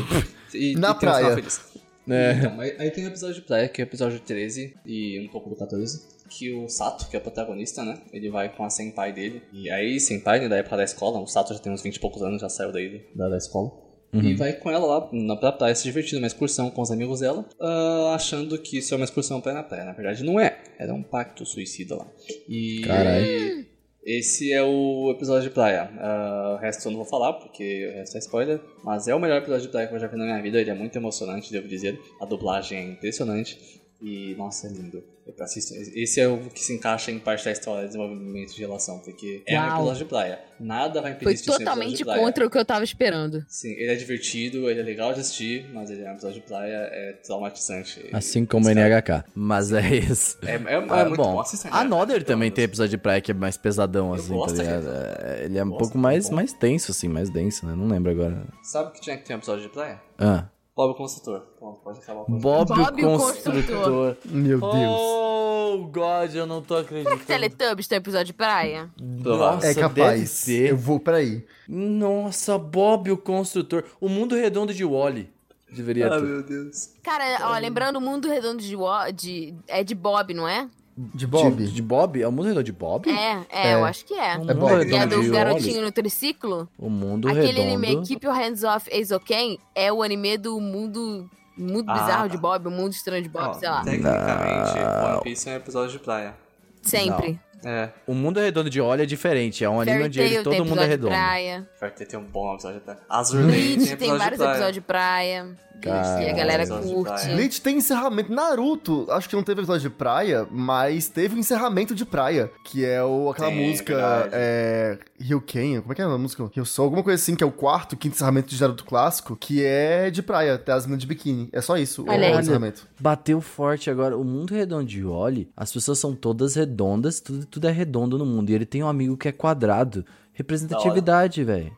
Speaker 4: e
Speaker 3: Na
Speaker 4: e tem um final
Speaker 3: praia.
Speaker 4: feliz. Então, aí, aí tem o episódio de praia, que é o episódio 13 e um pouco do 14. Que o Sato, que é o protagonista, né? Ele vai com a senpai dele. E aí, senpai, né, da época da escola, o Sato já tem uns 20 e poucos anos, já saiu daí da, da escola. E
Speaker 1: Uhum.
Speaker 3: Uhum.
Speaker 4: vai com ela lá na pra praia se divertindo, uma excursão com os amigos dela, ah, achando que isso é uma excursão pra ir na praia. Na verdade, não é. Era um pacto suicida lá. E.
Speaker 1: Caralho.
Speaker 4: Esse é o episódio de praia. Ah, o resto eu não vou falar, porque o resto é spoiler. Mas é o melhor episódio de praia que eu já vi na minha vida. Ele é muito emocionante, devo dizer. A dublagem é impressionante. E, nossa, é lindo. Eu assisto. Esse é o que se encaixa em parte da história de desenvolvimento de relação, porque é um
Speaker 2: Uau.
Speaker 4: episódio de praia. Nada vai impedir
Speaker 2: Foi
Speaker 4: isso de ser um episódio
Speaker 2: totalmente
Speaker 4: de praia.
Speaker 2: contra o que eu tava esperando.
Speaker 4: Sim, ele é divertido, ele é legal de assistir, mas ele é um episódio de praia, é traumatizante.
Speaker 1: Assim como o NHK. Mas é isso.
Speaker 4: É, é, é
Speaker 1: Ah,
Speaker 4: muito bom, assista.
Speaker 1: a
Speaker 4: cara.
Speaker 1: Nother
Speaker 4: Pelo
Speaker 1: também
Speaker 4: menos.
Speaker 1: tem episódio de praia que é mais pesadão, assim,
Speaker 4: gosto
Speaker 1: tá ligado?
Speaker 4: daquele
Speaker 1: É, Ele é um
Speaker 4: Gosto,
Speaker 1: pouco
Speaker 4: muito
Speaker 1: mais,
Speaker 4: bom.
Speaker 1: mais tenso, assim, mais denso, né? Não lembro agora.
Speaker 4: Sabe que tinha que ter um episódio de praia?
Speaker 1: Ah.
Speaker 4: Bob o Construtor. Pronto, pode acabar o podcast.
Speaker 1: Bob,
Speaker 2: Bob,
Speaker 1: o
Speaker 2: o
Speaker 1: Construtor.
Speaker 3: Meu Deus.
Speaker 1: Oh, God, eu não tô acreditando.
Speaker 2: Teletubbies tem episódio de praia?
Speaker 1: Nossa,
Speaker 3: É
Speaker 1: deve
Speaker 3: capaz.
Speaker 1: ser.
Speaker 3: Eu vou, peraí.
Speaker 1: Nossa, Bob, o Construtor. O Mundo Redondo de Wally. Deveria
Speaker 4: Ah,
Speaker 1: ter.
Speaker 4: meu Deus.
Speaker 2: Cara, ó, lembrando o mundo redondo de, Wo- de- é de Bob, não é?
Speaker 3: De Bob.
Speaker 1: De, de Bob? É o Mundo Redondo de Bob?
Speaker 2: É, é,
Speaker 3: É.
Speaker 2: eu acho que é.
Speaker 1: O
Speaker 3: É
Speaker 1: Mundo
Speaker 3: Bob.
Speaker 2: E a
Speaker 1: Redondo de Wally.
Speaker 2: do garotinho no triciclo?
Speaker 1: O Mundo
Speaker 2: Aquele
Speaker 1: Redondo.
Speaker 2: anime Keep Your Hands Off Eizoken é o anime do mundo, mundo
Speaker 4: Ah,
Speaker 2: bizarro
Speaker 4: tá.
Speaker 2: de Bob, o mundo estranho de Bob,
Speaker 4: Ó,
Speaker 2: sei lá.
Speaker 4: Tecnicamente,
Speaker 1: Não.
Speaker 4: One Piece é um episódio de praia.
Speaker 2: Sempre.
Speaker 4: É,
Speaker 1: O Mundo Redondo de Wally é diferente. É um anime
Speaker 2: Fairy
Speaker 1: onde ele,
Speaker 2: Tail tem
Speaker 1: todo mundo é
Speaker 2: episódio de
Speaker 1: redondo.
Speaker 2: praia.
Speaker 4: vai ter, ter um bom episódio de praia. Azur Lane tem
Speaker 2: Bleach
Speaker 4: episódio
Speaker 2: tem vários
Speaker 4: de praia.
Speaker 2: episódios de praia. Isso, e a galera
Speaker 4: Caralho.
Speaker 2: curte.
Speaker 3: Bleach tem encerramento. Naruto, acho que não teve episódio de praia, mas teve um encerramento de praia, que é o, aquela
Speaker 4: Tem, é
Speaker 3: música
Speaker 4: verdade.
Speaker 3: é, Ryuken, como é que é a música? Ryusou, alguma coisa assim, que é o quarto, quinto encerramento de Naruto clássico, que é de praia, tem as meninas de biquíni. É só isso,
Speaker 2: Olha
Speaker 3: o
Speaker 2: aí.
Speaker 3: encerramento.
Speaker 1: Bateu forte agora. O mundo redondo de Oli, as pessoas são todas redondas, tudo, tudo é redondo no mundo. E ele tem um amigo que é quadrado. Representatividade, velho.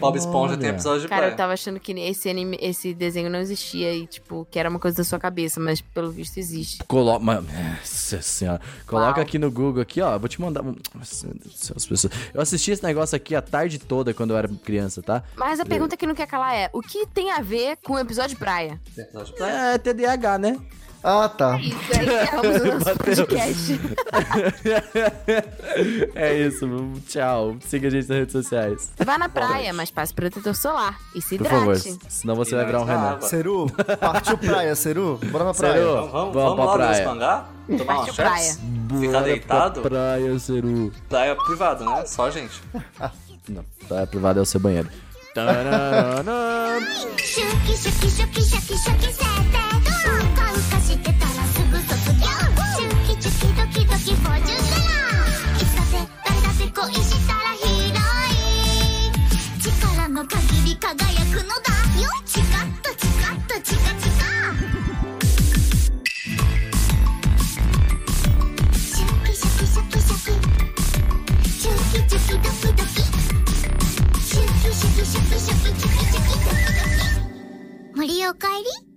Speaker 4: Bob Esponja tem
Speaker 1: Olha.
Speaker 4: episódio de
Speaker 2: Cara, tá- eu
Speaker 4: praia.
Speaker 2: tava achando que esse anime, esse desenho não existia e, tipo, que era uma coisa da sua cabeça, mas pelo visto existe.
Speaker 1: Coloca. Nossa senhora. Coloca
Speaker 2: Uau.
Speaker 1: aqui no Google aqui, ó. Eu Vou te mandar. Nossa, meu Deus do céu, as pessoas. Eu assisti esse negócio aqui a tarde toda quando eu era criança, tá?
Speaker 2: Mas a pergunta que não quer calar é: o que tem a ver com o episódio de praia?
Speaker 4: Tem episódio de praia.
Speaker 1: É TDAH, né?
Speaker 3: Ah, tá.
Speaker 2: Isso aí, encerramos o nosso podcast.
Speaker 1: é isso. Tchau. Siga a gente nas redes sociais.
Speaker 2: Vá na praia, mas passe protetor solar e se
Speaker 1: Por favor.
Speaker 2: hidrate.
Speaker 1: Senão você
Speaker 4: E
Speaker 1: vai
Speaker 4: nós
Speaker 1: virar um
Speaker 4: na
Speaker 1: Renan.
Speaker 4: água.
Speaker 3: Seru, partiu praia, Seru. Bora pra praia.
Speaker 1: Seru.
Speaker 4: Então, vamos,
Speaker 1: Vamos
Speaker 4: vamos,
Speaker 1: pra
Speaker 4: lá no
Speaker 1: praia.
Speaker 4: nosso mangá? Tomar uma
Speaker 2: Partiu
Speaker 4: chance? Ficar
Speaker 1: Bora
Speaker 4: deitado?
Speaker 1: Pra praia, Seru.
Speaker 4: Praia privada, né? Só gente.
Speaker 1: Não, praia privada é o seu banheiro. Tararana.
Speaker 5: シュキシュキシュキシャキシャキせてうかうかしてたらすぐ卒業シュキチュキドキドキフォーチュンカラーいつだって誰だって恋したら広い力の限り輝くのだよチカッとチカッとチカチカシュキシャキシャキシャキシュキチュキドキドキシュキシュキシュキシュキシュキシュキシュキドキドキ森おかえり